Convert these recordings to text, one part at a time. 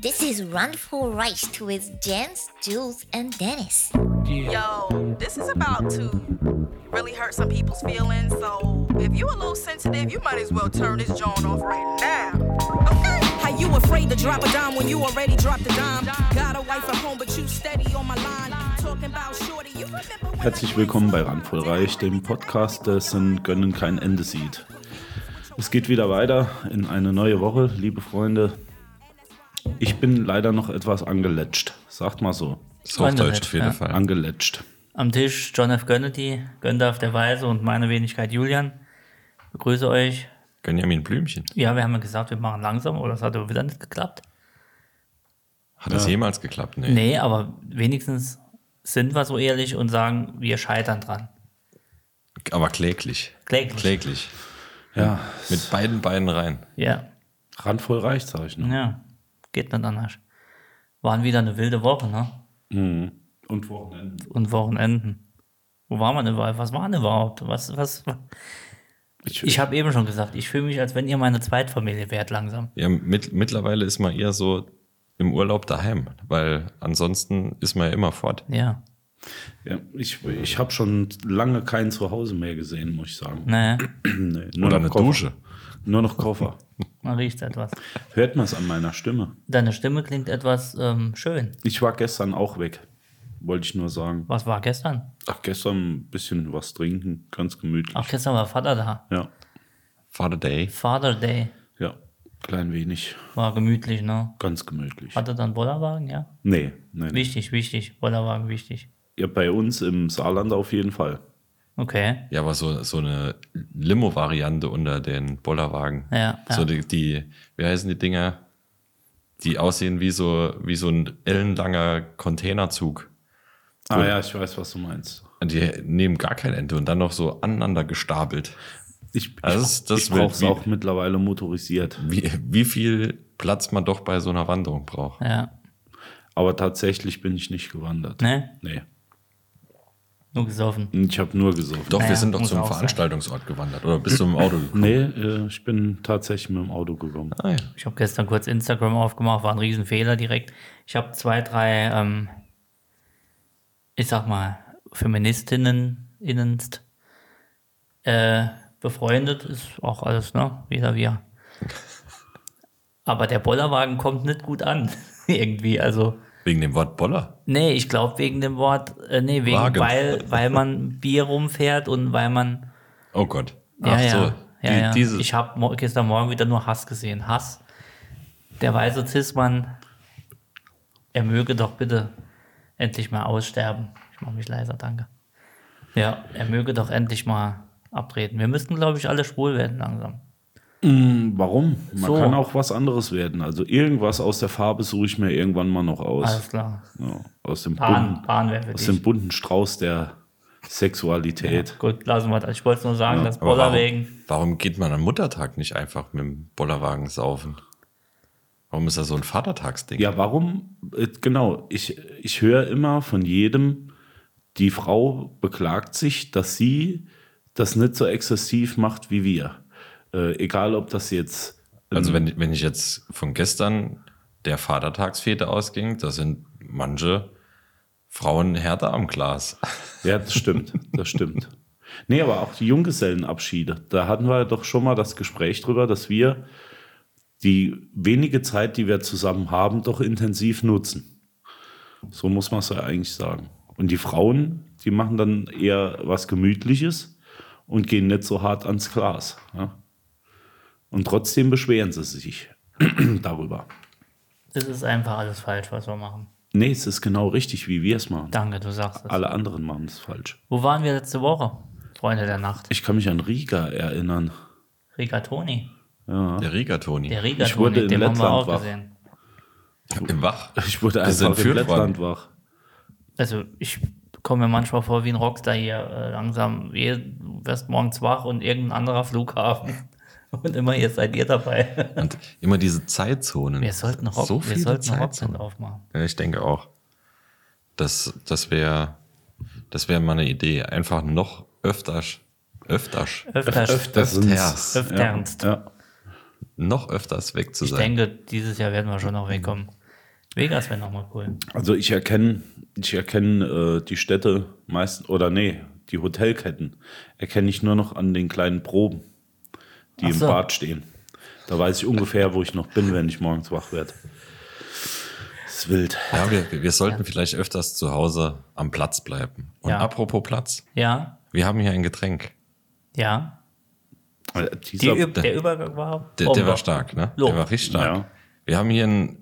This is Run for Rice with Jens, Jules, and Dennis. Yo, this is about to really hurt some people's feelings. So if you a little sensitive, you might as well turn this joint off right now. Okay? How you afraid to drop a dime when you already dropped a dime? Got a wife at home, but you steady on my line. Talking about shorty, you remember when Herzlich willkommen bei Randvoll Reich, dem Podcast, dessen Gönnen kein Ende sieht. Es geht wieder weiter in eine neue Woche, liebe Freunde. Ich bin leider noch etwas angeletscht, sagt mal so. Ist auf Deutsch auf jeden Ja. Fall. Angeletscht. Am Tisch John F. Kennedy, Gönder auf der Weise und meine Wenigkeit Julian. Begrüße euch. Benjamin Blümchen. Ja, wir haben ja gesagt, wir machen langsam, oder das hat aber wieder nicht geklappt. Hat das jemals geklappt? Nee. Nee, aber wenigstens sind wir so ehrlich und sagen, wir scheitern dran. Aber kläglich. Kläglich. Kläglich. Ja, Mit beiden Beinen rein. Ja, randvoll reich, sage ich noch. ja. Geht nicht anders. Waren wieder eine wilde Woche, ne? Mhm. Und Wochenende. Und Wochenenden. Wo waren wir denn überhaupt? Was waren überhaupt? Was, was? Ich, Ich habe eben schon gesagt, ich fühle mich, als wenn ihr meine Zweitfamilie wärt langsam. Ja, mit, mittlerweile ist man eher so im Urlaub daheim, weil ansonsten ist man ja immer fort. Ja. ja, ich, ich habe schon lange kein Zuhause mehr gesehen, muss ich sagen. Naja, Nee, nur noch Oder eine Koffer. Dusche. Nur noch Koffer. man riecht etwas. Hört man es an meiner Stimme? Deine Stimme klingt etwas ähm, schön. Ich war gestern auch weg, wollte ich nur sagen. Was war gestern? Ach, gestern ein bisschen was trinken, ganz gemütlich. Ach, gestern war Vater da. Ja, Father Day. Father Day ja, klein wenig, war gemütlich, ne? ganz gemütlich. Hatte dann Bollerwagen, ja? Nee, nein. Wichtig, wichtig. Bollerwagen, wichtig. Ja, bei uns im Saarland auf jeden Fall. Okay. Ja, aber so, so eine Limo-Variante unter den Bollerwagen. Ja, ja. So die, die, wie heißen die Dinger? Die aussehen wie so, wie so ein ellenlanger Containerzug. Ah ja, ich weiß, was du meinst. Und Die nehmen gar kein Ende und dann noch so aneinander gestapelt. Ich, ich, Also das- das ich wird brauche es wie- auch mittlerweile motorisiert. Wie, wie viel Platz man doch bei so einer Wanderung braucht. Ja. Aber tatsächlich bin ich nicht gewandert. Ne? Nee. Nur gesoffen. Ich habe nur gesoffen. Doch, Naja, wir sind doch muss zum auch sein. Veranstaltungsort gewandert oder bist du im Auto gekommen? Nee, äh, ich bin tatsächlich mit dem Auto gekommen. Ah, ja. Ich habe gestern kurz Instagram aufgemacht, war ein Riesenfehler direkt. Ich habe zwei, drei, ähm, ich sag mal, Feministinnen innenst äh, befreundet. Ist auch alles, ne? Jeder wie er. Aber der Bollerwagen kommt nicht gut an. Irgendwie, also. Wegen dem Wort Boller. Nee, ich glaube wegen dem Wort, äh, nee, wegen, Wagen. weil, weil man Bier rumfährt und weil man Oh Gott. ja, ja. Die, ja, ja. Dieses. Ich habe gestern Morgen wieder nur Hass gesehen. Hass. Der weiße Zismann, er möge doch bitte endlich mal aussterben. Ich mache mich leiser, danke. Ja, er möge doch endlich mal abtreten. Wir müssten, glaube ich, alle schwul werden langsam. Warum? Man So. kann auch was anderes werden. Also irgendwas aus der Farbe suche ich mir irgendwann mal noch aus. Alles klar. Ja, aus dem Bahn, bunten, Bahn wäre für aus dem dich. bunten Strauß der Sexualität. Gut, lassen wir das. Ich wollte es nur sagen, dass Aber Boller warum, wegen. warum geht man am Muttertag nicht einfach mit dem Bollerwagen saufen? Warum ist das so ein Vatertagsding? Ja, warum? Äh, Genau, ich, ich höre immer von jedem, die Frau beklagt sich, dass sie das nicht so exzessiv macht wie wir. Äh, egal, ob das jetzt. Also wenn, wenn ich jetzt von gestern der Vatertagsfete ausging, da sind manche Frauen härter am Glas. Ja, das stimmt, das stimmt. Nee, aber auch die Junggesellenabschiede. Da hatten wir doch schon mal das Gespräch drüber, dass wir die wenige Zeit, die wir zusammen haben, doch intensiv nutzen. So muss man es ja eigentlich sagen. Und die Frauen, die machen dann eher was Gemütliches und gehen nicht so hart ans Glas. Ja? Und trotzdem beschweren sie sich darüber. Es ist einfach alles falsch, was wir machen. Nee, es ist genau richtig, wie wir es machen. Danke, du sagst es. Alle anderen machen es falsch. Wo waren wir letzte Woche? Freunde der Nacht. Ich kann mich an Riga erinnern. Rigatoni. Der Rigatoni. Der Ich wurde Rigatoni, in den haben wir Lettland auch wach. gesehen. Im Wach. Ich wurde also Das ist einfach in entführt Lettland wach. also ich komme mir manchmal vor wie ein Rockstar hier äh, langsam. Ihr wirst morgens wach und irgendein anderer Flughafen. Und immer ihr seid ihr dabei. Und immer diese Zeitzonen. Wir sollten Rock, so wir viele sollten Rockband Zeitzonen. aufmachen. Ja, ich denke auch. Das, das wäre das wär mal eine Idee. Einfach noch öfters, öfters, Öfters, Öfters. öfters, öfternst. Ja. noch öfters weg zu Ich sein. denke, dieses Jahr werden wir schon noch wegkommen. Vegas wäre nochmal cool. Also ich erkenne, ich erkenne äh, die Städte meist, oder nee, die Hotelketten erkenne ich nur noch an den kleinen Proben, die Ach so. im Bad stehen. Da weiß ich ungefähr, wo ich noch bin, wenn ich morgens wach werde. Das ist wild. Ja, wir, wir sollten vielleicht öfters zu Hause am Platz bleiben. Und Ja. apropos Platz, Ja, wir haben hier ein Getränk. ja. Äh, Die, Dieser, Üb- der Übergang war. Der, der war stark, ne? Lob. Der war richtig stark. Ja. Wir haben hier ein,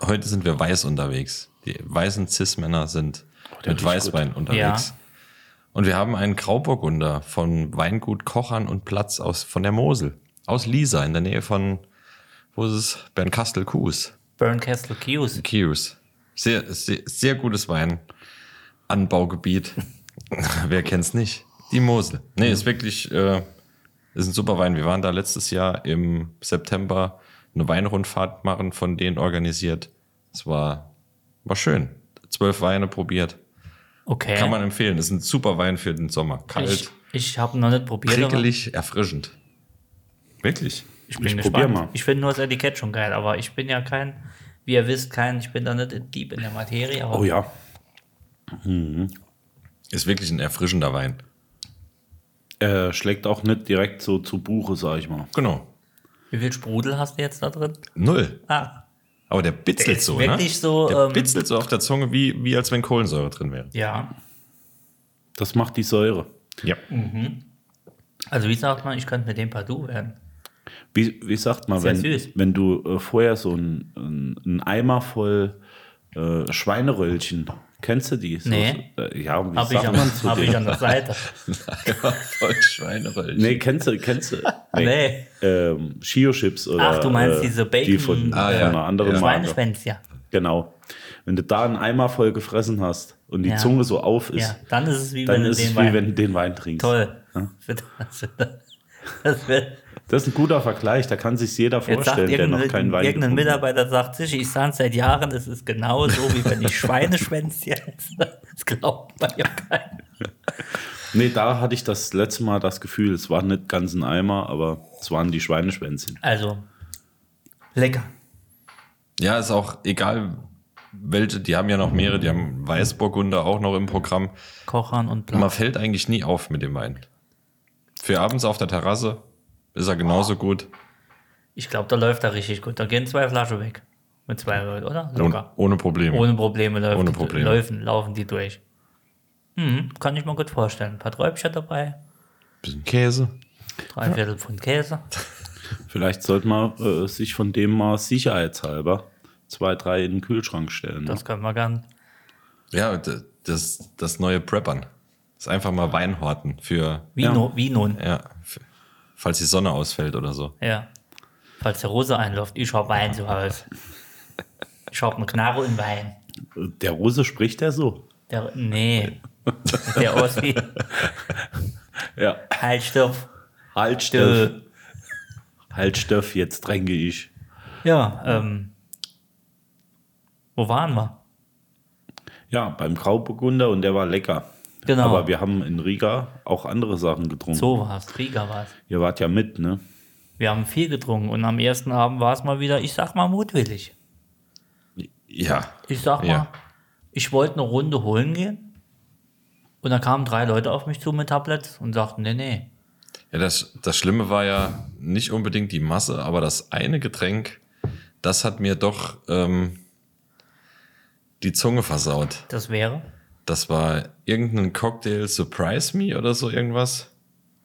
heute sind wir weiß unterwegs. Die weißen Cis-Männer sind Oh, der mit riecht Weißwein unterwegs. Ja. Und wir haben einen Grauburgunder von Weingut Kochern und Platz aus, von der Mosel. Aus Lisa, in der Nähe von, wo ist es? bernkastel kues Berncastle Hughes. Kius. Sehr, sehr, sehr gutes Weinanbaugebiet. Wer kennt's nicht? Die Mosel. Nee, ist wirklich, äh, ist ein super Wein. Wir waren da letztes Jahr im September eine Weinrundfahrt machen, von denen organisiert. Es war, war schön. Zwölf Weine probiert. Okay. Kann man empfehlen. Ist ein super Wein für den Sommer. ich Kalt, ich habe noch nicht probiert. aber prickelig, erfrischend. Wirklich? Ich bin Ich probier gespannt. mal. Ich finde nur das Etikett schon geil, aber ich bin ja kein, wie ihr wisst, kein, ich bin da nicht deep in der Materie, aber oh ja, Ist wirklich ein erfrischender Wein. äh, schlägt auch nicht direkt so zu Buche, sag ich mal. Genau. wie viel Sprudel hast du jetzt da drin? Null. Ah, Aber der bitzelt Der ist so, ne? wirklich so, Der ähm, bitzelt so auf der Zunge, wie, wie als wenn Kohlensäure drin wäre. ja. Das macht die Säure. Ja. Also wie sagt man, ich könnte mit dem Padu werden. Wie, wie sagt man, Sehr wenn, süß. wenn du äh, vorher so einen ein einen Eimer voll äh, Schweineröllchen, kennst du die? So, Nee. Äh, ja, wie Habe ich, sagt an- man zu hab ich denen? an der Seite. Voll Schweineröl. Nee, kennst du, kennst du. nee, Ähm, Shio-Chips oder. äh, Ach, du meinst diese Bacon- Die von, Ah, von ja. einer anderen Ja. Marke. Schweineschwänz, ja. Genau. Wenn du da einen Eimer voll gefressen hast und die Ja. Zunge so auf ist, ja. Dann ist es wie wenn dann du ist den es wie Wein- wenn du den Wein trinkst. Toll. Das wird, das wird, Das ist ein guter Vergleich, da kann sich jeder jetzt sagt vorstellen, der noch keinen irgendein, Wein irgendein getrunken hat. Mitarbeiter, sagt sich, ich sage es seit Jahren, es ist genau so, wie wenn ich Schweineschwänz jetzt. Das glaubt man ja keiner. Nee, da hatte ich das letzte Mal das Gefühl, es war nicht ganz ein Eimer, aber es waren die Schweineschwänzchen. Also, lecker. Ja, ist auch egal, welche, die haben ja noch mehrere, die haben Weißburgunder auch noch im Programm. Kochern und Man Platz. fällt eigentlich nie auf mit dem Wein. Für abends auf der Terrasse ist er Ah, genauso gut. Ich glaube, da läuft er richtig gut. Da gehen zwei Flaschen weg. Mit zwei Leuten, oder? Ohne, Locker. ohne Probleme. Ohne Probleme, läuft Ohne die- Probleme. Laufen, laufen die durch. Hm, kann ich mir gut vorstellen. Ein paar Träubchen dabei, Bisschen Käse. drei Viertel Pfund Käse. Vielleicht sollte man äh, sich von dem mal sicherheitshalber zwei, drei in den Kühlschrank stellen. Ne? Das können wir gern. Ja, d- das, das neue Preppern. Ist einfach mal Wein horten für, Wie, Ja. no, wie nun. ja, für, falls die Sonne ausfällt oder so. Ja. Falls der Rose einläuft, ich hab Wein zu Hause. Ich hab einen Knarre und Wein. Äh, Der Russe spricht der so. Der, nee. Der Ossi. Ja. Halt, Stoff. Halt, Steff. Halt, Steff, jetzt dränge ich. Ja, ähm. Wo waren wir? Ja, beim Grauburgunder und der war lecker. Genau. Aber wir haben in Riga auch andere Sachen getrunken. So war es, Krieger war es. Ihr wart ja mit, ne? Wir haben viel getrunken und am ersten Abend war es mal wieder, ich sag mal mutwillig. Ja. Ich sag mal, Ja. ich wollte eine Runde holen gehen und dann kamen drei Leute auf mich zu mit Tablets und sagten, nee, nee. Ja, das, das Schlimme war ja nicht unbedingt die Masse, aber das eine Getränk, das hat mir doch ähm, die Zunge versaut. Das wäre, Das war irgendein Cocktail Surprise Me oder so irgendwas,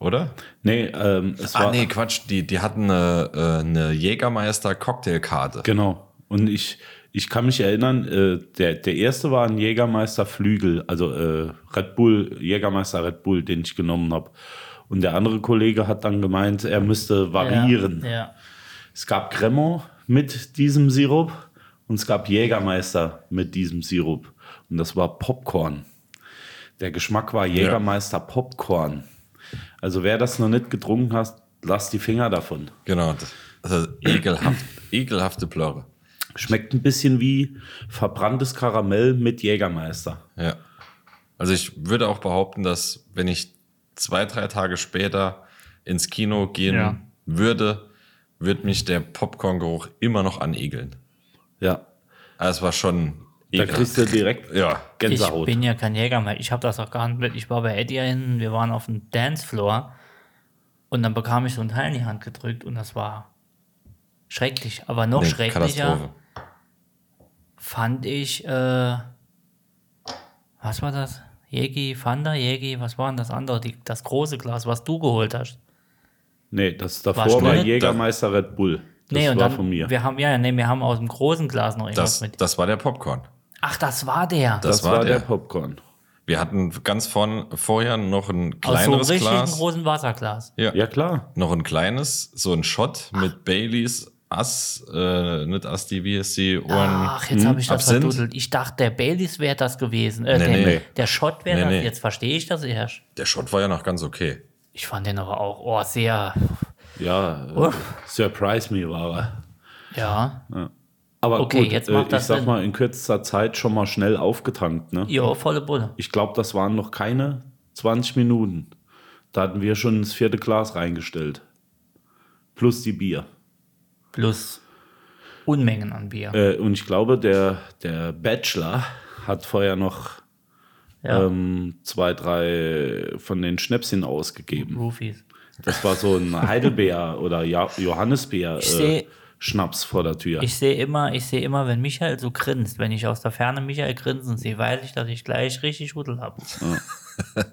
oder? Nee, ähm, es Ah, war. nee, Quatsch, die, die hatten eine, äh, eine Jägermeister-Cocktailkarte. Genau. Und ich, ich kann mich erinnern, äh, der, der erste war ein Jägermeister Flügel, also äh, Red Bull, Jägermeister Red Bull, den ich genommen habe. Und der andere Kollege hat dann gemeint, er müsste variieren. Ja, ja. Es gab Cremant mit diesem Sirup und es gab Jägermeister mit diesem Sirup. Und das war Popcorn. Der Geschmack war Jägermeister Popcorn. Also wer das noch nicht getrunken hat, lass die Finger davon. Genau, das, das ist ekelhaft, ekelhafte Plörre. Schmeckt ein bisschen wie verbranntes Karamell mit Jägermeister. Ja. Also ich würde auch behaupten, dass wenn ich zwei, drei Tage später ins Kino gehen Ja. würde, wird mich der Popcorn-Geruch immer noch anekeln. Ja. Ah, Es war schon. Da ekelhaft. kriegst du direkt Ja. Gänsehaut. Ich bin ja kein Jäger mehr. Ich habe das auch gehandelt. Ich war bei Eddie da hinten, wir waren auf dem Dancefloor und dann bekam ich so ein Teil in die Hand gedrückt und das war schrecklich. Aber noch Nee, schrecklicher fand ich, äh, was war das? Jägi, Fanda, Jägi, was war denn das andere? Die, das große Glas, was du geholt hast. nee, das davor Waschmittel? war Jägermeister Red Bull. Das nee, und war dann, von mir. Wir haben, ja, nee, wir haben aus dem großen Glas noch Das, irgendwas mit. das war der Popcorn. Ach, das war der. das das war war, der. der. Popcorn. Wir hatten ganz vorn, vorher noch ein aus so einem kleineres richtigen Glas. großen Wasserglas. Ja. Ja, klar. Noch ein kleines, so ein Shot mit Baileys, Ass, äh, nicht Ass, die BSC und. Ach, jetzt habe ich das hm? Absinth? verdudelt. Ich dachte, der Baileys wäre das gewesen. Äh, Nee, der, nee. der Shot wäre Nee, das. nee. Jetzt verstehe ich das erst. Der Shot war ja noch ganz okay. Ich fand den aber auch, oh, sehr, Ja, äh, Uff. surprise me war er. ja. Aber Okay, gut, jetzt äh, macht ich das sag Sinn. mal, in kürzester Zeit schon mal schnell aufgetankt. Ne? Jo, volle Bulle. Ich glaube, das waren noch keine 20 Minuten. Da hatten wir schon das vierte Glas reingestellt. Plus die Bier. Plus Unmengen an Bier. Äh, und ich glaube, der, der Bachelor hat vorher noch ja, ähm, zwei, drei von den Schnäpschen ausgegeben. Roofies. Das war so ein Heidelbeer oder ja Johannisbeer Ich äh, seh- Schnaps vor der Tür. Ich sehe immer, ich sehe immer, wenn Michael so grinst, wenn ich aus der Ferne Michael grinsen sehe, weiß ich, dass ich gleich richtig Rudel habe.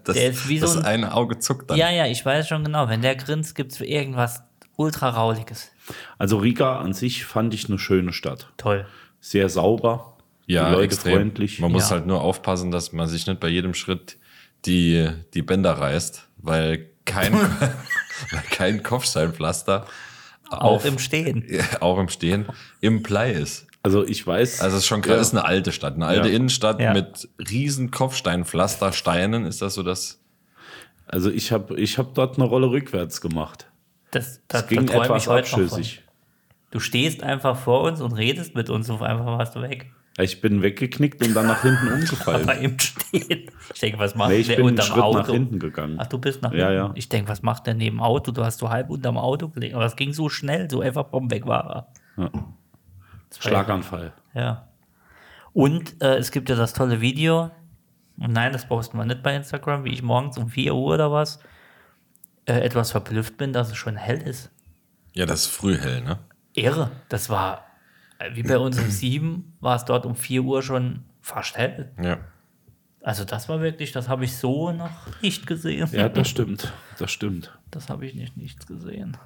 Das, Der ist wie so das ein- eine Auge zuckt dann. Ja, ja, ich weiß schon genau. Wenn der grinst, gibt es irgendwas ultra rauliges. also Riga an sich fand ich eine schöne Stadt. Toll. Sehr sauber, Ja, die Leute extrem. freundlich. Man muss Ja. halt nur aufpassen, dass man sich nicht bei jedem Schritt die, die Bänder reißt, weil kein, weil kein Kopfsteinpflaster Auch auf- im Stehen. auch im Stehen im Blei ist. Also ich weiß. Also es ist schon krass, es ist eine alte Stadt, eine alte Ja. Innenstadt Ja. mit riesen Kopfsteinpflastersteinen. Ist das so das? Also ich habe ich hab dort eine Rolle rückwärts gemacht. Das, das, Das da ging träum etwas ich heute noch von. abschüssig. Du stehst einfach vor uns und redest mit uns, auf einfach warst du weg. Ich bin weggeknickt und dann nach hinten Aber umgefallen. im Stehen. Ich denke, was macht Nee, ich der bin einen unterm Schritt Auto? nach hinten gegangen. Ach, du bist nach Ja, hinten. ja. Ich denke, was macht der neben Auto? Du hast so halb unterm Auto gelegen. Aber es ging so schnell, so einfach bumm, weg war er. Zwei- Schlaganfall. Ja. Und äh, es gibt ja das tolle Video. Und nein, das posten wir nicht bei Instagram, wie ich morgens um 4 Uhr oder was äh, etwas verblüfft bin, dass es schon hell ist. Ja, das ist früh hell, ne? Irre. Das war, äh, wie bei uns um 7, war es dort um 4 Uhr schon fast hell. Ja. Also das war wirklich, das habe ich so noch nicht gesehen. Ja, das stimmt. Das stimmt. Das habe ich nicht nichts gesehen.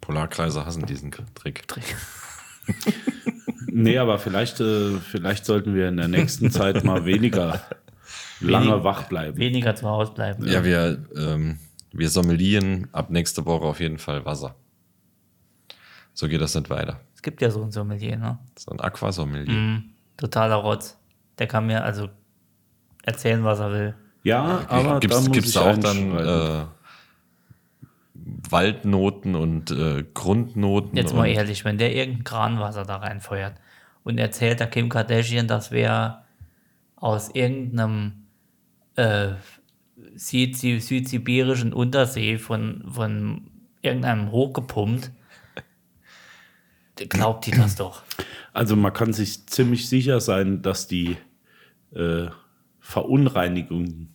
Polarkreise hassen diesen Trick. Nee, aber vielleicht, äh, vielleicht sollten wir in der nächsten Zeit mal weniger lange wach bleiben. Weniger zu Hause bleiben. Ja, wir, ähm, wir sommelieren ab nächste Woche auf jeden Fall Wasser. So geht das nicht weiter. Es gibt ja so ein Sommelier, ne? So ein Aquasommelier. Totaler Rotz. Der kann mir also erzählen, was er will. Ja, aber Gibt's, da muss gibt's ich da auch dann einschreiten. äh, Waldnoten und äh, Grundnoten? Jetzt und, mal ehrlich, wenn der irgendein Kranwasser da reinfeuert und erzählt der Kim Kardashian, das wäre aus irgendeinem äh, Süd südsibirischen Untersee von, von irgendeinem hochgepumpt, glaubt die das doch. Also man kann sich ziemlich sicher sein, dass die äh, Verunreinigung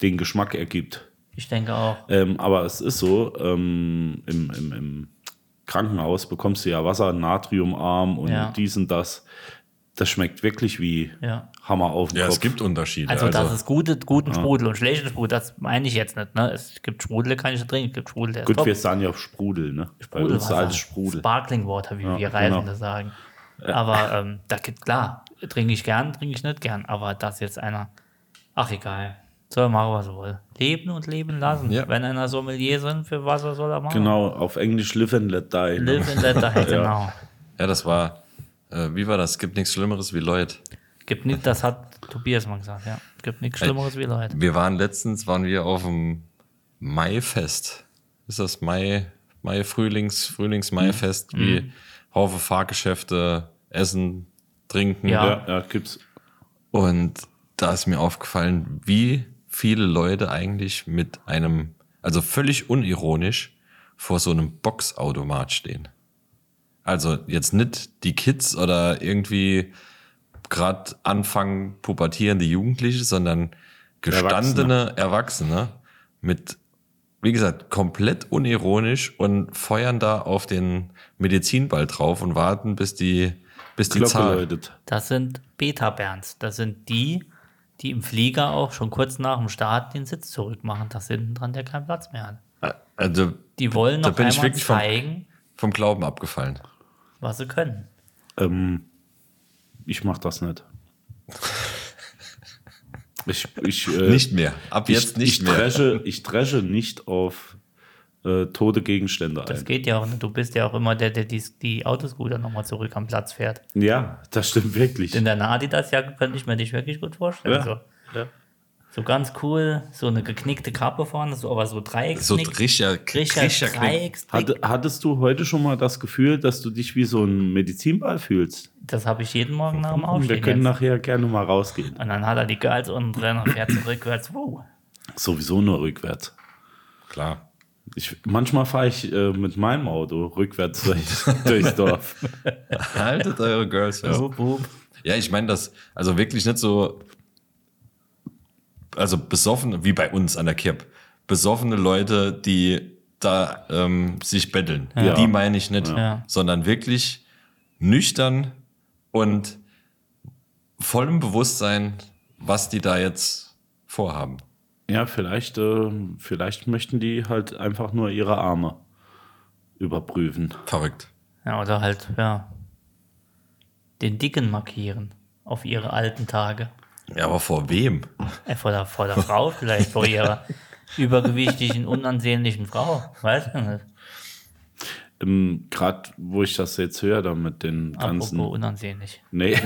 den Geschmack ergibt. Ich denke auch. Ähm, aber es ist so, ähm, im, im, im Krankenhaus bekommst du ja Wasser, Natriumarm und Ja. dies und das. Das schmeckt wirklich wie Ja. Hammer auf den Ja, Kopf. es gibt Unterschiede. Also, dass es gute, guten Sprudel und schlechten Sprudel, das meine ich jetzt nicht. Ne? Es gibt Sprudel, der kann ich nicht trinken. Es gibt Sprudel, der ist Gut, top. wir sagen ja Sprudel, ne? Bei uns Sprudelwasser. als Sprudel. Sparkling Water, wie Ja, wir Reisende genau. sagen. Aber ähm, da gibt klar, trinke ich gern, trinke ich nicht gern. Aber das jetzt einer, ach egal, soll machen was er will. Leben und leben lassen. Ja. Wenn einer Sommelier sind für Wasser, soll er machen. Genau, auf Englisch live and let die. ne? Live and let die, genau. ja, das war, äh, wie war das? Es gibt nichts Schlimmeres wie Lloyd. Gibt nicht, das hat Tobias mal gesagt, ja. Gibt nichts Schlimmeres wie Leute. Wir waren letztens, waren wir auf dem Maifest. Ist das Mai, Mai, Frühlings, Frühlings-Maifest, Mhm. wie Haufe Fahrgeschäfte, Essen, Trinken. Ja. Ja, ja, gibt's. Und da ist mir aufgefallen, wie viele Leute eigentlich mit einem, also völlig unironisch, vor so einem Boxautomat stehen. Also jetzt nicht die Kids oder irgendwie gerade anfangen pubertierende Jugendliche, sondern gestandene Erwachsene. mit, wie gesagt, komplett unironisch und feuern da auf den Medizinball drauf und warten, bis die, bis die Glocke Zahl. läutet. Das sind Beta-Berns. Das sind die, die im Flieger auch schon kurz nach dem Start den Sitz zurückmachen, dass hinten dran der keinen Platz mehr hat. Also Die wollen Da noch bin ich einmal wirklich vom- zeigen, vom Glauben abgefallen. was sie können. Ähm, ich mach das nicht. Ich, ich, äh, Nicht mehr. Ab jetzt ich, nicht ich mehr. Dresche, ich dresche nicht auf äh, tote Gegenstände Das ein. geht ja auch nicht. Du bist ja auch immer der, der die, die Autoscooter nochmal zurück am Platz fährt. Ja, das stimmt wirklich. In deiner Adidas-Jacke könnte ich mir dich wirklich gut vorstellen. Ja. So. so ganz cool, so eine geknickte Kappe vorne, so, aber so So Dreiecksknick. Rischer, Richard Dreiecksknick. Hatte, hattest du heute schon mal das Gefühl, dass du dich wie so ein Medizinball fühlst? Das habe ich jeden Morgen nach dem Wir Aufstehen. können jetzt. nachher gerne mal rausgehen. Und dann hat er die Girls unten drin und fährt so rückwärts. Wow. Sowieso nur rückwärts. Klar. Ich, manchmal fahre ich äh, mit meinem Auto rückwärts durchs, durchs Dorf. Haltet eure Girls fest. Wupp, wupp. Ja, ich meine das, also wirklich nicht so, also besoffen, wie bei uns an der Kipp. Besoffene Leute, die da ähm, sich betteln. Ja. Die meine ich nicht, Ja. sondern wirklich nüchtern und vollem Bewusstsein, was die da jetzt vorhaben. Ja, vielleicht, äh, vielleicht möchten die halt einfach nur ihre Arme überprüfen. Verrückt. Ja, oder halt, ja. Den Dicken markieren auf ihre alten Tage. Ja, aber vor wem? Äh, vor, der, vor der Frau vielleicht, vor ihrer übergewichtigen, unansehnlichen Frau. Weiß ich nicht. Ähm, Gerade wo ich das jetzt höre, da mit den ganzen. Apropos unansehnlich. Nee.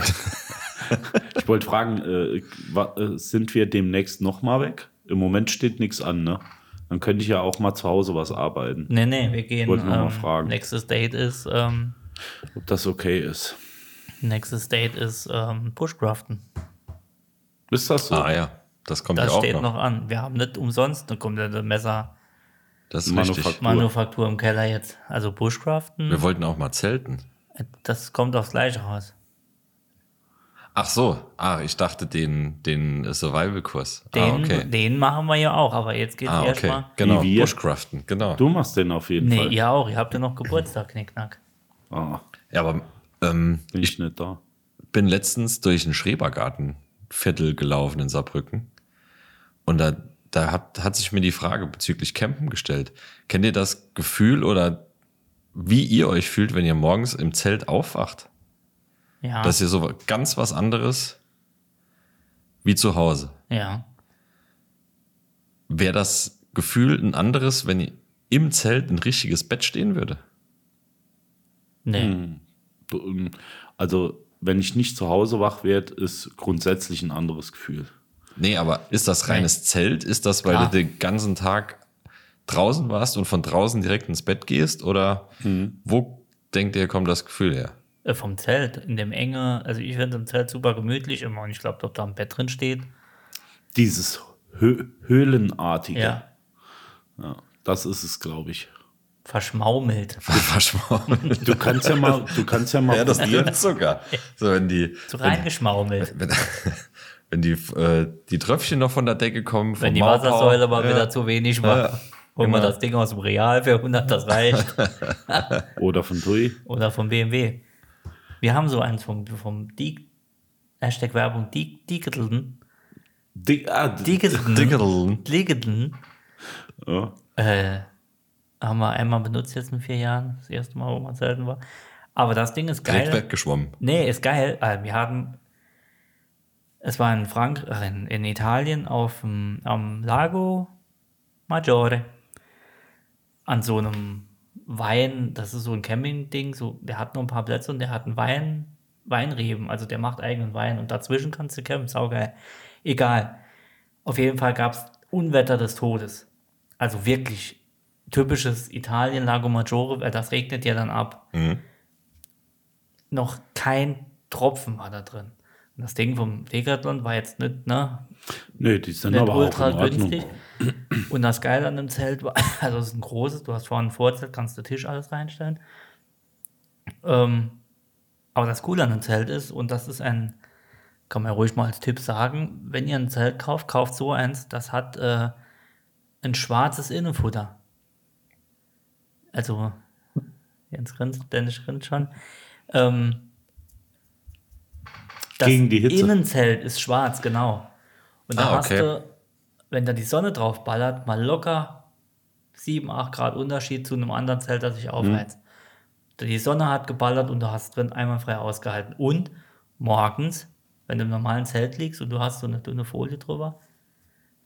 ich wollte fragen, äh, wa- äh, sind wir demnächst nochmal weg? Im Moment steht nichts an, ne? Dann könnte ich ja auch mal zu Hause was arbeiten, Nee, nee, wir gehen. Wollte noch mal ähm, fragen. Nächstes Date ist, ähm, ob das okay ist. nächstes Date ist ähm, Bushcraften. Ist das so? Ah ja, das kommt Das ja auch steht noch. noch. an. Wir haben nicht umsonst eine komplette Messermanufaktur Das ist Manufakt- richtig. im Keller jetzt. Also Bushcraften, Wir wollten auch mal zelten. das kommt aufs Gleiche raus. Ach so, ah, ich dachte den, den Survival-Kurs. Den, ah, okay. den machen wir ja auch, aber jetzt geht es Ah, okay. erstmal. Genau, Wie wir. Bushcraften, genau. Du machst den auf jeden Nee, Fall. ihr auch. Ihr habt ja noch Geburtstag, Knickknack. Ah, Ja, aber ähm, bin ich nicht da. bin letztens durch ein Schrebergartenviertel gelaufen in Saarbrücken. Und da, da hat, hat sich mir die Frage bezüglich Campen gestellt. Kennt ihr das Gefühl oder wie ihr euch fühlt, wenn ihr morgens im Zelt aufwacht? Ja. Das ist ja so ganz was anderes wie zu Hause. ja. Wäre das Gefühl ein anderes, wenn ihr im Zelt ein richtiges Bett stehen würde? Nee. Hm. Du, ähm, Also, wenn ich nicht zu Hause wach werde, ist grundsätzlich ein anderes Gefühl. Nee, aber ist das reines Zelt? Ist das, weil Klar. du den ganzen Tag draußen warst und von draußen direkt ins Bett gehst? Oder Mhm. wo denkt ihr, kommt das Gefühl her? Äh, vom Zelt, in dem enge, also ich finde es im Zelt super gemütlich immer und ich glaube, ob da ein Bett drin steht. Dieses Hö Höhlenartige, Ja. das ist es, glaube ich. Verschmaumelt. Verschworen. Du kannst ja mal, du kannst ja mal ja, das probieren. stimmt sogar. So, wenn die, So reingeschmaumelt. wenn, wenn die, äh, die Tröpfchen noch von der Decke kommen, vom Wenn die Mauerbaum, Wassersäule mal ja. wieder zu wenig war. Ja, Holen wir genau. das Ding aus dem Real für 100, das reicht. Oder von Tui. Oder vom BMW. Wir haben so eins vom, vom Diek, Hashtag Werbung, Diek, Diegeteln. Dick, ah, dick. Diegeteln. Dickerln. Diegeteln. Ja. Äh, haben wir einmal benutzt jetzt in vier Jahren. Das erste Mal, wo man selten war. Aber das Ding ist geil. Direkt weggeschwommen. Nee, ist geil. Äh, Wir hatten, es war in Frank, ach, in, in Italien auf dem, am Lago Maggiore. An so einem Wein, das ist so ein Camping-Ding, so, der hat noch ein paar Plätze und der hat einen Wein, Weinreben, also der macht eigenen Wein und dazwischen kannst du campen, saugeil. Egal. Auf jeden Fall gab es Unwetter des Todes. Also wirklich typisches Italien, Lago Maggiore, äh, das regnet ja dann ab noch kein Tropfen war da drin. Und das Ding vom Decathlon war jetzt nicht, ne, Nee, die sind nicht aber auch ultra in Ordnung. günstig. Und das Geile an dem Zelt war, also es ist ein großes, du hast vorne ein Vorzelt, kannst du Tisch alles reinstellen. Ähm, aber das Coole an einem Zelt ist, und das ist ein, kann man ja ruhig mal als Tipp sagen, wenn ihr ein Zelt kauft, kauft so eins, das hat äh, ein schwarzes Innenfutter. Also, Jens grinst, Dennis grinst schon. Ähm, das Gegen die Hitze. Innenzelt ist schwarz, genau. Und da Ah, hast okay. du, wenn da die Sonne drauf ballert, mal locker 7, 8 Grad Unterschied zu einem anderen Zelt, das sich aufheizt. Hm. Die Sonne hat geballert und du hast drin einwandfrei ausgehalten. Und morgens, wenn du im normalen Zelt liegst und du hast so eine dünne Folie drüber,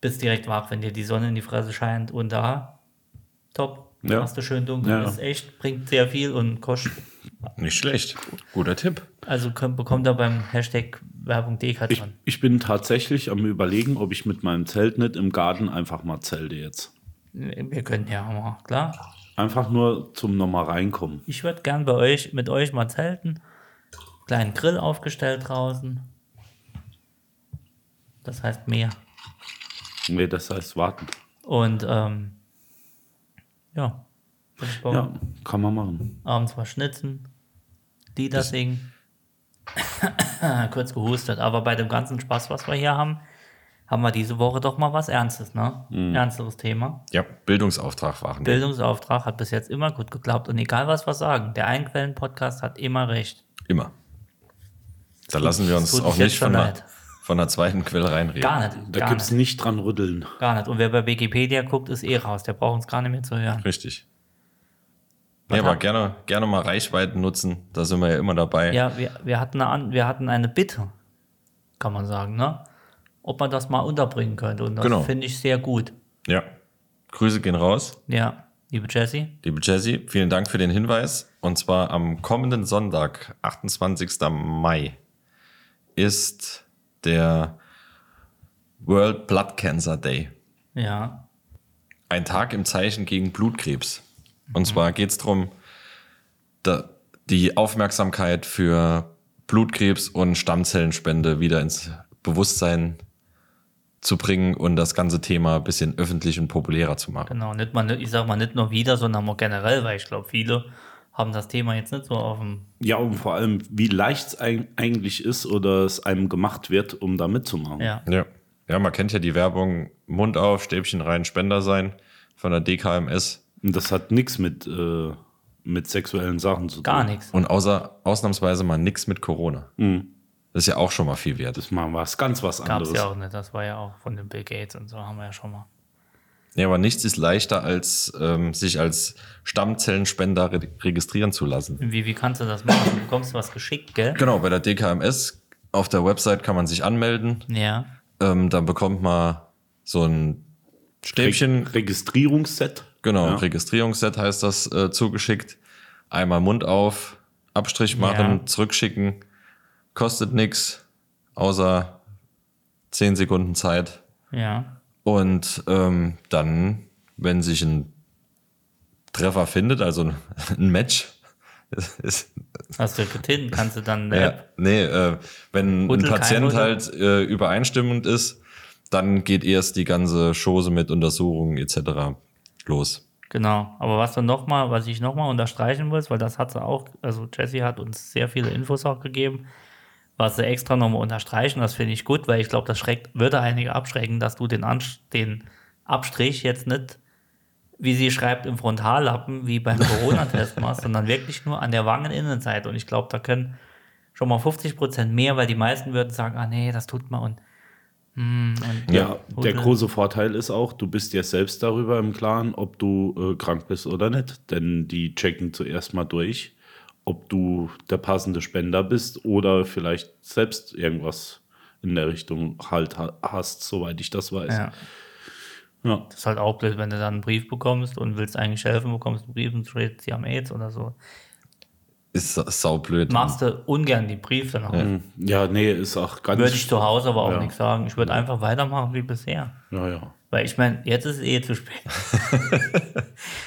bist direkt wach, wenn dir die Sonne in die Fresse scheint und da, top, Ja. hast du schön dunkel, Ja. ist echt, bringt sehr viel und kostet, Nicht schlecht. Guter Tipp. also könnt, bekommt ihr beim Hashtag Werbung Ich, Decathlon. ich bin tatsächlich am überlegen, ob ich mit meinem Zelt nicht im Garten einfach mal zelte jetzt. Wir können ja auch mal, klar. Einfach nur zum nochmal reinkommen. Ich würde gern bei euch, mit euch mal zelten, kleinen Grill aufgestellt draußen. Das heißt mehr. Nee, das heißt warten. Und ähm, ja, Hab ich Bock. Ja, kann man machen. abends mal schnitzen, Lieder singen. Kurz gehustet, aber bei dem ganzen Spaß, was wir hier haben, haben wir diese Woche doch mal was Ernstes, ne? Ernsteres Thema. Ja, Bildungsauftrag waren. wir. Bildungsauftrag hat bis jetzt immer gut geklappt und egal was wir sagen, der Einquellen-Podcast hat immer recht. Immer. Da lassen wir uns tut auch mich jetzt nicht von schon einer, leid. von einer zweiten Quelle reinreden. Gar nicht, Da gar gibt es nicht, nicht dran rütteln. gar nicht. Und wer bei Wikipedia guckt, ist eh raus, der braucht uns gar nicht mehr zu hören. Richtig. Ja, aber hab- gerne, gerne mal Reichweiten nutzen. Da sind wir ja immer dabei. Ja, wir, wir, hatten eine, An- wir hatten eine Bitte, kann man sagen, ne? Ob man das mal unterbringen könnte. Und das Genau. finde ich sehr gut. ja. Grüße gehen raus. Ja, liebe Jessie. Liebe Jessie, vielen Dank für den Hinweis. Und zwar am kommenden Sonntag, 28. Mai, ist der World Blood Cancer Day. Ja, Ein Tag im Zeichen gegen Blutkrebs. Und zwar geht es darum, da die Aufmerksamkeit für Blutkrebs und Stammzellenspende wieder ins Bewusstsein zu bringen und das ganze Thema ein bisschen öffentlich und populärer zu machen. genau. Nicht mal, ich sag mal nicht nur wieder, sondern auch generell, weil ich glaube, viele haben das Thema jetzt nicht so auf dem. Ja, und vor allem, wie leicht es eig- eigentlich ist oder es einem gemacht wird, um da mitzumachen. Ja, Ja. ja, man kennt ja die Werbung Mund auf, Stäbchen rein, Spender sein von der DKMS. Und das hat nichts mit, äh, mit sexuellen Sachen zu tun. gar nichts. Und außer ausnahmsweise mal nichts mit Corona. Das ist ja auch schon mal viel wert. Das ist mal was ganz was Gab es anderes. ja auch nicht. Das war ja auch von dem Bill Gates und so haben wir ja schon mal. Ja, aber nichts ist leichter, als ähm, sich als Stammzellenspender re registrieren zu lassen. Wie, wie kannst du das machen? Du bekommst was geschickt, gell? Genau, bei der DKMS auf der Website kann man sich anmelden. Ja. Ähm, dann bekommt man so ein Stäbchen, Registrierungsset. genau, Ja. Registrierungsset heißt das, äh, zugeschickt. Einmal Mund auf, Abstrich machen, Ja. zurückschicken. Kostet nichts, außer 10 Sekunden Zeit. Ja. Und ähm, dann, wenn sich ein Treffer findet, also ein, ein Match, das ist, Hast du getin, kannst du dann eine ja, App. nee, äh, wenn Rüttel, ein kein Patient Rüttel. halt äh, übereinstimmend ist, dann geht erst die ganze Chose mit Untersuchungen etc. los. Genau. Aber was du noch mal, was ich nochmal unterstreichen muss, weil das hat sie auch, also Jessie hat uns sehr viele Infos auch gegeben, was sie extra nochmal unterstreichen, das finde ich gut, weil ich glaube, das schreckt, würde einige abschrecken, dass du den, Anst den Abstrich jetzt nicht, wie sie schreibt, im Frontallappen, wie beim Corona-Test machst, sondern wirklich nur an der Wangeninnenseite. Und ich glaube, da können schon mal 50 Prozent mehr, weil die meisten würden sagen, ah nee, das tut man und, hm, und Ja, der Rütteln. große Vorteil ist auch, du bist dir selbst darüber im Klaren, ob du äh, krank bist oder nicht. Denn die checken zuerst mal durch, ob du der passende Spender bist oder vielleicht selbst irgendwas in der Richtung halt ha- hast, soweit ich das weiß. ja. Ja. ist halt auch blöd, wenn du dann einen Brief bekommst und willst eigentlich helfen, bekommst einen Brief und steht, sie haben AIDS oder so. Ist sa- saublöd. Machst du ungern den Brief dann auch. Hm. ja, nee, ist auch ganz. Würde ich zu Hause aber auch Ja. nichts sagen. Ich würde einfach weitermachen wie bisher. ja, ja. Weil ich meine, jetzt ist es eh zu spät.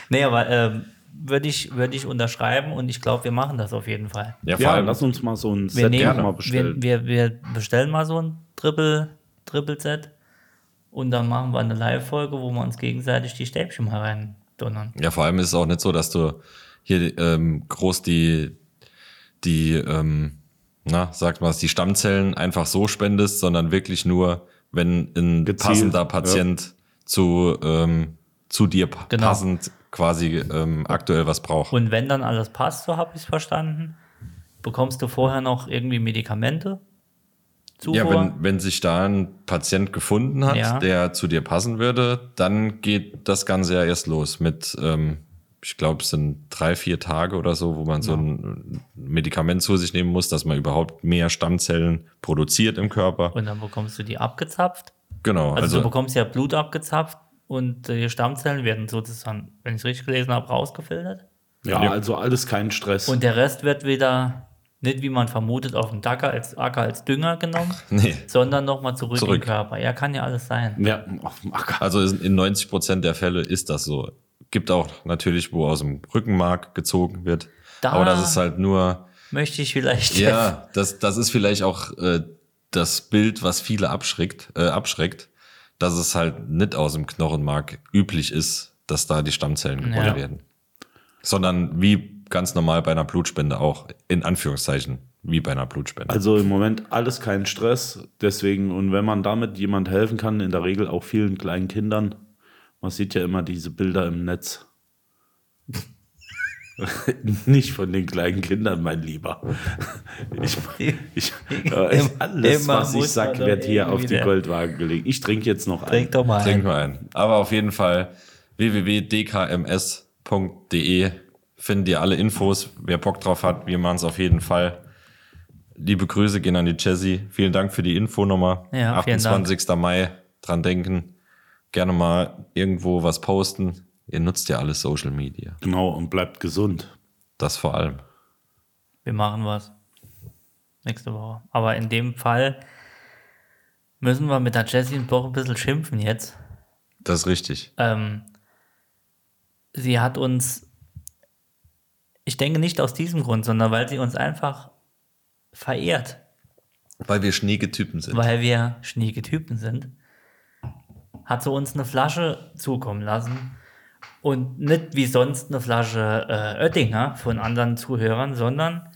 nee, aber ähm, würde ich, würd ich unterschreiben und ich glaube, wir machen das auf jeden Fall. Ja, vor ja, allem, lass uns mal so ein Wir, Set nehmen, mal wir, bestellen. wir, wir bestellen mal so ein Triple, Triple-Set und dann machen wir eine Live-Folge, wo wir uns gegenseitig die Stäbchen mal reindonnern. ja, vor allem ist es auch nicht so, dass du hier ähm, groß die die, ähm, na, sagt man es, die Stammzellen einfach so spendest, sondern wirklich nur, wenn ein Gezielt, passender ja. Patient zu, ähm, zu dir pa- Genau. passend quasi ähm, aktuell was braucht. Und wenn dann alles passt, so habe ich es verstanden, bekommst du vorher noch irgendwie Medikamente? Zufuhr? Ja, wenn, wenn sich da ein Patient gefunden hat, Ja. der zu dir passen würde, dann geht das Ganze ja erst los mit, ähm, ich glaube, es sind drei, vier Tage oder so, wo man so ein Medikament zu sich nehmen muss, dass man überhaupt mehr Stammzellen produziert im Körper. Und dann bekommst du die abgezapft. genau, Also, also, du bekommst ja Blut abgezapft und äh, die Stammzellen werden sozusagen, wenn ich es richtig gelesen habe, rausgefiltert. Ja, also alles kein Stress. Und der Rest wird wieder nicht, wie man vermutet, auf dem Acker als, Acker als Dünger genommen, nee. sondern nochmal zurück, in Zurück. den Körper. Ja, kann ja alles sein. ja, oh, auf dem Acker. also ist- in 90 Prozent der Fälle ist das so. Gibt auch natürlich, wo aus dem Rückenmark gezogen wird. Da- Aber das ist halt nur Möchte ich vielleicht jetzt. Ja, das, das ist vielleicht auch äh, das Bild, was viele abschreckt, äh, abschreckt, dass es halt nicht aus dem Knochenmark üblich ist, dass da die Stammzellen geboren Ja. werden. Sondern wie ganz normal bei einer Blutspende auch, in Anführungszeichen, wie bei einer Blutspende. Also im Moment alles kein Stress. Deswegen, und wenn man damit jemand helfen kann, in der Regel auch vielen kleinen Kindern. Man sieht ja immer diese Bilder im Netz. Nicht von den kleinen Kindern, mein Lieber. Ich, ich, äh, Immer- alles, immer was ich muss man sag, doch wird hier auf irgendwie die der- Goldwaage gelegt. Ich trinke jetzt noch Trink doch mal Trink ein. mal ein. Aber auf jeden Fall www.dkms.de findet ihr alle Infos. Wer Bock drauf hat, wir machen es auf jeden Fall. Liebe Grüße gehen an die Jessie. Vielen Dank für die Info nochmal. Ja, vielen Dank. 28. Mai. Dran denken. Gerne mal irgendwo was posten. Ihr nutzt ja alles Social Media. Genau, und bleibt gesund. Das vor allem. Wir machen was. Nächste Woche. Aber in dem Fall müssen wir mit der Jessie doch ein bisschen schimpfen jetzt. Das ist richtig. Ähm, sie hat uns, ich denke nicht aus diesem Grund, sondern weil sie uns einfach verehrt, Weil wir schneege Typen sind. weil wir schnieke Typen sind, hat sie uns eine Flasche zukommen lassen. Und nicht wie sonst eine Flasche äh, Oettinger von anderen Zuhörern, sondern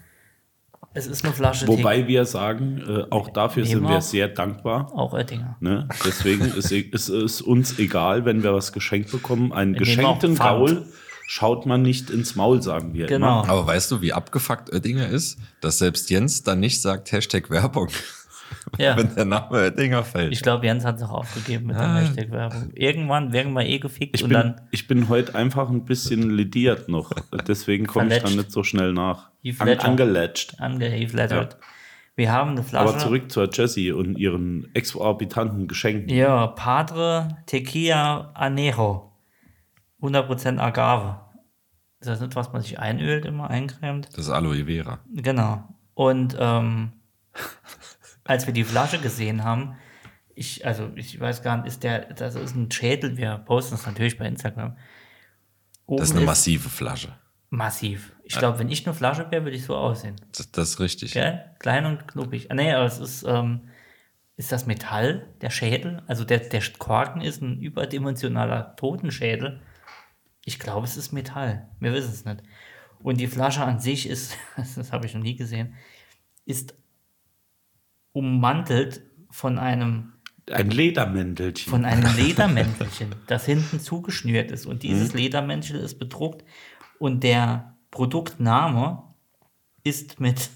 es ist eine Flasche Wobei wir sagen, äh, auch dafür Nehmen sind wir wir auch. sehr dankbar. Auch Oettinger. Ne? Deswegen ist, e- ist es uns egal, wenn wir was geschenkt bekommen. Einen Wir nehmen auch geschenkten Pfand. Gaul schaut man nicht ins Maul, sagen wir. Genau. Immer. Aber weißt du, wie abgefuckt Oettinger ist? Dass selbst Jens dann nicht sagt Hashtag Werbung, Ja. wenn der Name Oettinger fällt. Ich glaube, Jens hat es auch aufgegeben mit der Ah. Hashtag-Werbung. Irgendwann werden wir eh gefickt Ich und bin, dann ich bin heute einfach ein bisschen lediert noch. Deswegen komme ich dann Verletzt. nicht so schnell nach. Heath An, Ledger. angelätscht. angeheflattert. Wir haben eine Flasche. Aber zurück zur Jessie und ihren exorbitanten Geschenken. Ja, Padre Tequila Anejo. 100% Agave. Ist das nicht, was man sich einölt, immer eincremt? Das ist Aloe Vera. Genau. Und ähm, als wir die Flasche gesehen haben, ich, also ich weiß gar nicht, ist der, das ist ein Schädel, wir posten es natürlich bei Instagram. Oben Das ist eine massive Flasche. massiv. Ich glaube, wenn ich eine Flasche wäre, würde ich so aussehen. Das, das ist richtig. Gell? Klein und knuppig. Ah, nee, aber es ist, ähm, ist das Metall, der Schädel? Also der, der Korken ist ein überdimensionaler Totenschädel. Ich glaube, es ist Metall. Wir wissen es nicht. Und die Flasche an sich ist, das habe ich noch nie gesehen, ist ummantelt von einem, Ein Ledermäntelchen. von einem Ledermäntelchen, das hinten zugeschnürt ist. Und dieses Mhm. Ledermäntelchen ist bedruckt und der Produktname ist mit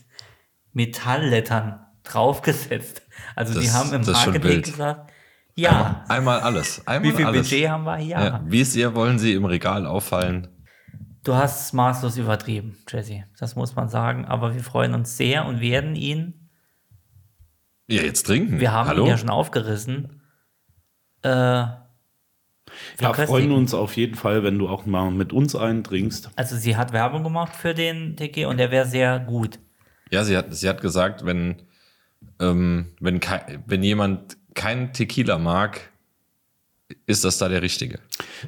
Metalllettern draufgesetzt. Also die Das- haben im das ist schon Marketing wild. gesagt, ja. Einmal alles. Einmal Wie viel alles. Budget haben wir? Ja. Ja. Wie sehr wollen sie im Regal auffallen? Du hast es maßlos übertrieben, Jesse. Das muss man sagen. Aber wir freuen uns sehr und werden ihn, Ja, jetzt trinken. wir haben Hallo? ihn ja schon aufgerissen, äh, ja, freuen verköstigen. uns auf jeden Fall, wenn du auch mal mit uns eintrinkst. Also sie hat Werbung gemacht für den TG und der wäre sehr gut. ja sie, hat, sie hat gesagt, wenn, ähm, wenn, kei- wenn jemand keinen Tequila mag, ist das da der Richtige.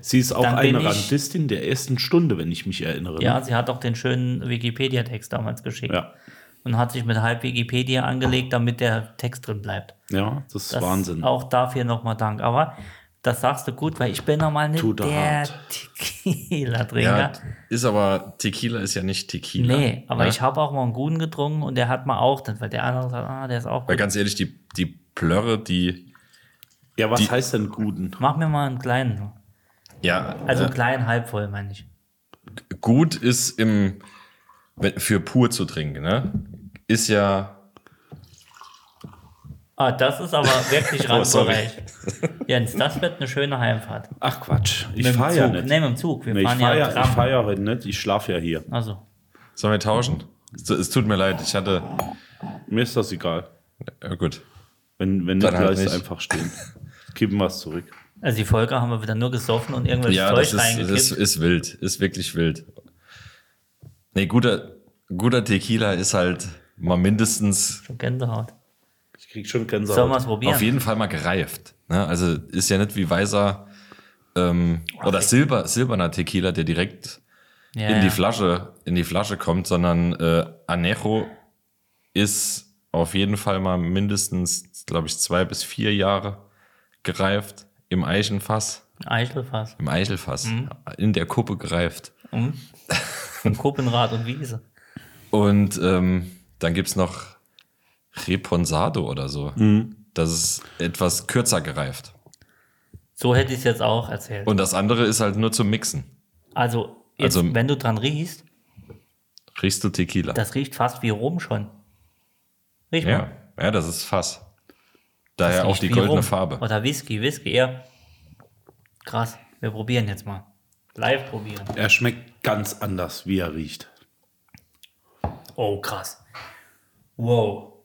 Sie ist auch Dann bin eine ich- Randistin der ersten Stunde, wenn ich mich erinnere. ne? Ja, sie hat auch den schönen Wikipedia-Text damals geschickt Mhm. Ja. und hat sich mit halb Wikipedia angelegt, damit der Text drin bleibt. ja das ist Das Wahnsinn. Auch dafür nochmal Dank. Aber Das sagst du gut, weil ich bin normal nicht Tut er der hart. Tequila-Trinker. Ja, ist aber Tequila ist ja nicht Tequila. nee, aber ne? ich habe auch mal einen guten getrunken und der hat mal auch, dann, weil der andere sagt, ah, der ist auch Weil gut. ganz ehrlich, die, die Plörre, die. Ja, was Die- heißt denn guten? Mach mir mal einen kleinen. Ja, Also äh, einen kleinen halbvoll, meine ich. gut ist im wenn- für pur zu trinken, ne? Ist ja Ah, das ist aber wirklich Oh, sorry. randbereich. Jens, das wird eine schöne Heimfahrt. Ach Quatsch, ich Mit dem fahre ja Zug. nicht. Nee, mit dem Zug. Wir Nee, ich fahren fahre ja, ja, ich Tram. fahr ja heute nicht, ich schlafe ja hier. Also, sollen wir tauschen? Es, es tut mir leid, ich hatte Mir ist das egal. ja, gut. Wenn, wenn nicht, Dann halt lass es nicht. einfach stehen. Kippen wir es zurück. also die Folge haben wir wieder nur gesoffen und irgendwelches Ja, das Zeug ist, das reingekippt. ist, ist wild, ist wirklich wild. Nee, guter guter Tequila ist halt mal mindestens Schon Gänsehaut. Ich krieg schon Sollen wir Gänsehaut. es probieren? Auf jeden Fall mal gereift. Ne? Also ist ja nicht wie weißer ähm, oder silber, silberner Tequila, der direkt ja, in die ja. Flasche in die Flasche kommt, sondern äh, Anejo ist auf jeden Fall mal mindestens, glaube ich, zwei bis vier Jahre gereift im Eichenfass, Eichelfass. im Eichelfass, Mhm. in der Kuppe gereift. Von Kuppenrad und Wiese. Und ähm, dann gibt's noch Reponsado oder so. Das ist etwas kürzer gereift. So hätte ich es jetzt auch erzählt. Und das andere ist halt nur zum Mixen. also, jetzt, Also- wenn du dran riechst, Riechst du Tequila? das riecht fast wie Rum schon. Riech ja. mal. ja, das ist Fass. Das Daher auch riecht die wie goldene Rum. Farbe. Oder Whisky, Whisky, ja. Krass, wir probieren jetzt mal. Live probieren. Er schmeckt ganz anders, wie er riecht. Oh, krass. Wow.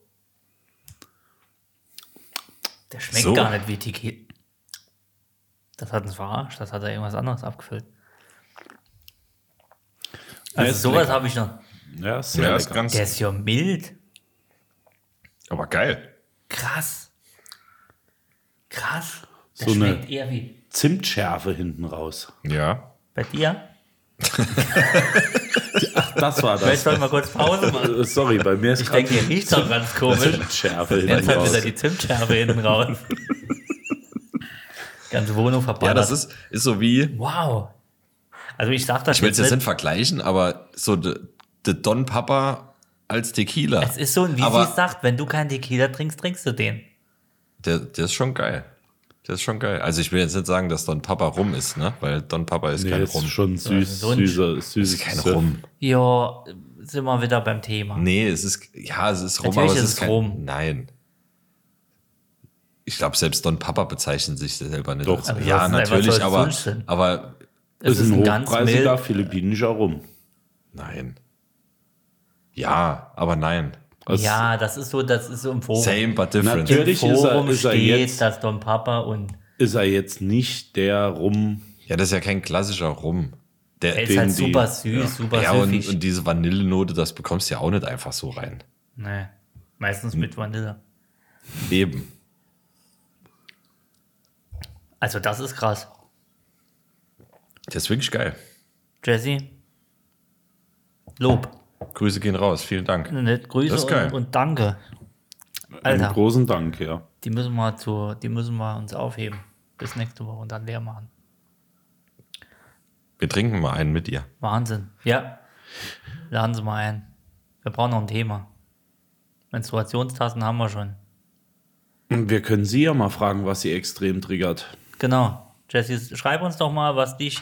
Der schmeckt So. gar nicht wie Tiki. Das hat uns verarscht, das hat er irgendwas anderes abgefüllt. Also ist sowas lecker. habe ich noch. Ja, ist sehr Ja, ist lecker. ganz, Der ist ja mild. aber geil. Krass. Krass. Das So eine- schmeckt eher wie Zimtschärfe hinten raus. Ja. bei dir. Das war Vielleicht das. sollen wir kurz Pause machen. Äh, Sorry, bei mir ist Ich gerade denke, ihr riecht doch ganz komisch. Zimtschärfe Jetzt hinten hat wieder raus. die Zimtschärfe hinten raus. Ganze Wohnung verballert. Ja, das ist, ist so wie, Wow. Also ich sag das ich will es jetzt nicht nicht. vergleichen, aber so der de Don Papa als Tequila. Es ist so, wie sie es aber sagt, wenn du keinen Tequila trinkst, trinkst du den. der, der ist schon geil. Der ist schon geil. Also ich will jetzt nicht sagen, dass Don Papa rum ist, ne? Weil Don Papa ist Nee, kein das ist Rum. schon süß, so ein- süßer, süßes Kein Surf. Rum. Ja, sind wir wieder beim Thema. Nee, es ist, ja, es ist Rum, Natürlich aber es ist ist, es kein, Rum. Nein. Ich glaube, selbst Don Papa bezeichnet sich selber nicht. Doch. als- Also ja, das ist einfach so natürlich, ein aber, Bullshit. aber es Das ist ein ganz hochpreisiger mild. philippinischer Rum. nein. Ja, aber nein. Also Ja, das ist so, das ist so im Forum. Same, but different. Oh. Natürlich. Im ist er- Forum ist er steht, jetzt- dass Don Papa und Ist er jetzt nicht der Rum, Ja, das ist ja kein klassischer Rum. Der, er ist den- halt die- super süß, super ja, und, süffig. und diese Vanillenote, das bekommst du ja auch nicht einfach so rein. nee, meistens mit Vanille. Eben. Also das ist krass. Das ist wirklich geil. Jesse, Lob. Grüße gehen raus. Vielen Dank. Nett, Das Grüße ist geil. und, und danke. einen Alter. großen Dank, ja. Die müssen wir zu, die müssen wir uns aufheben bis nächste Woche und dann leer machen. Wir trinken mal einen mit dir. Wahnsinn. Ja. Laden Sie mal ein. Wir brauchen noch ein Thema. Menstruationstassen haben wir schon. Wir können Sie ja mal fragen, was Sie extrem triggert. Genau. Jesse, schreib uns doch mal, was dich,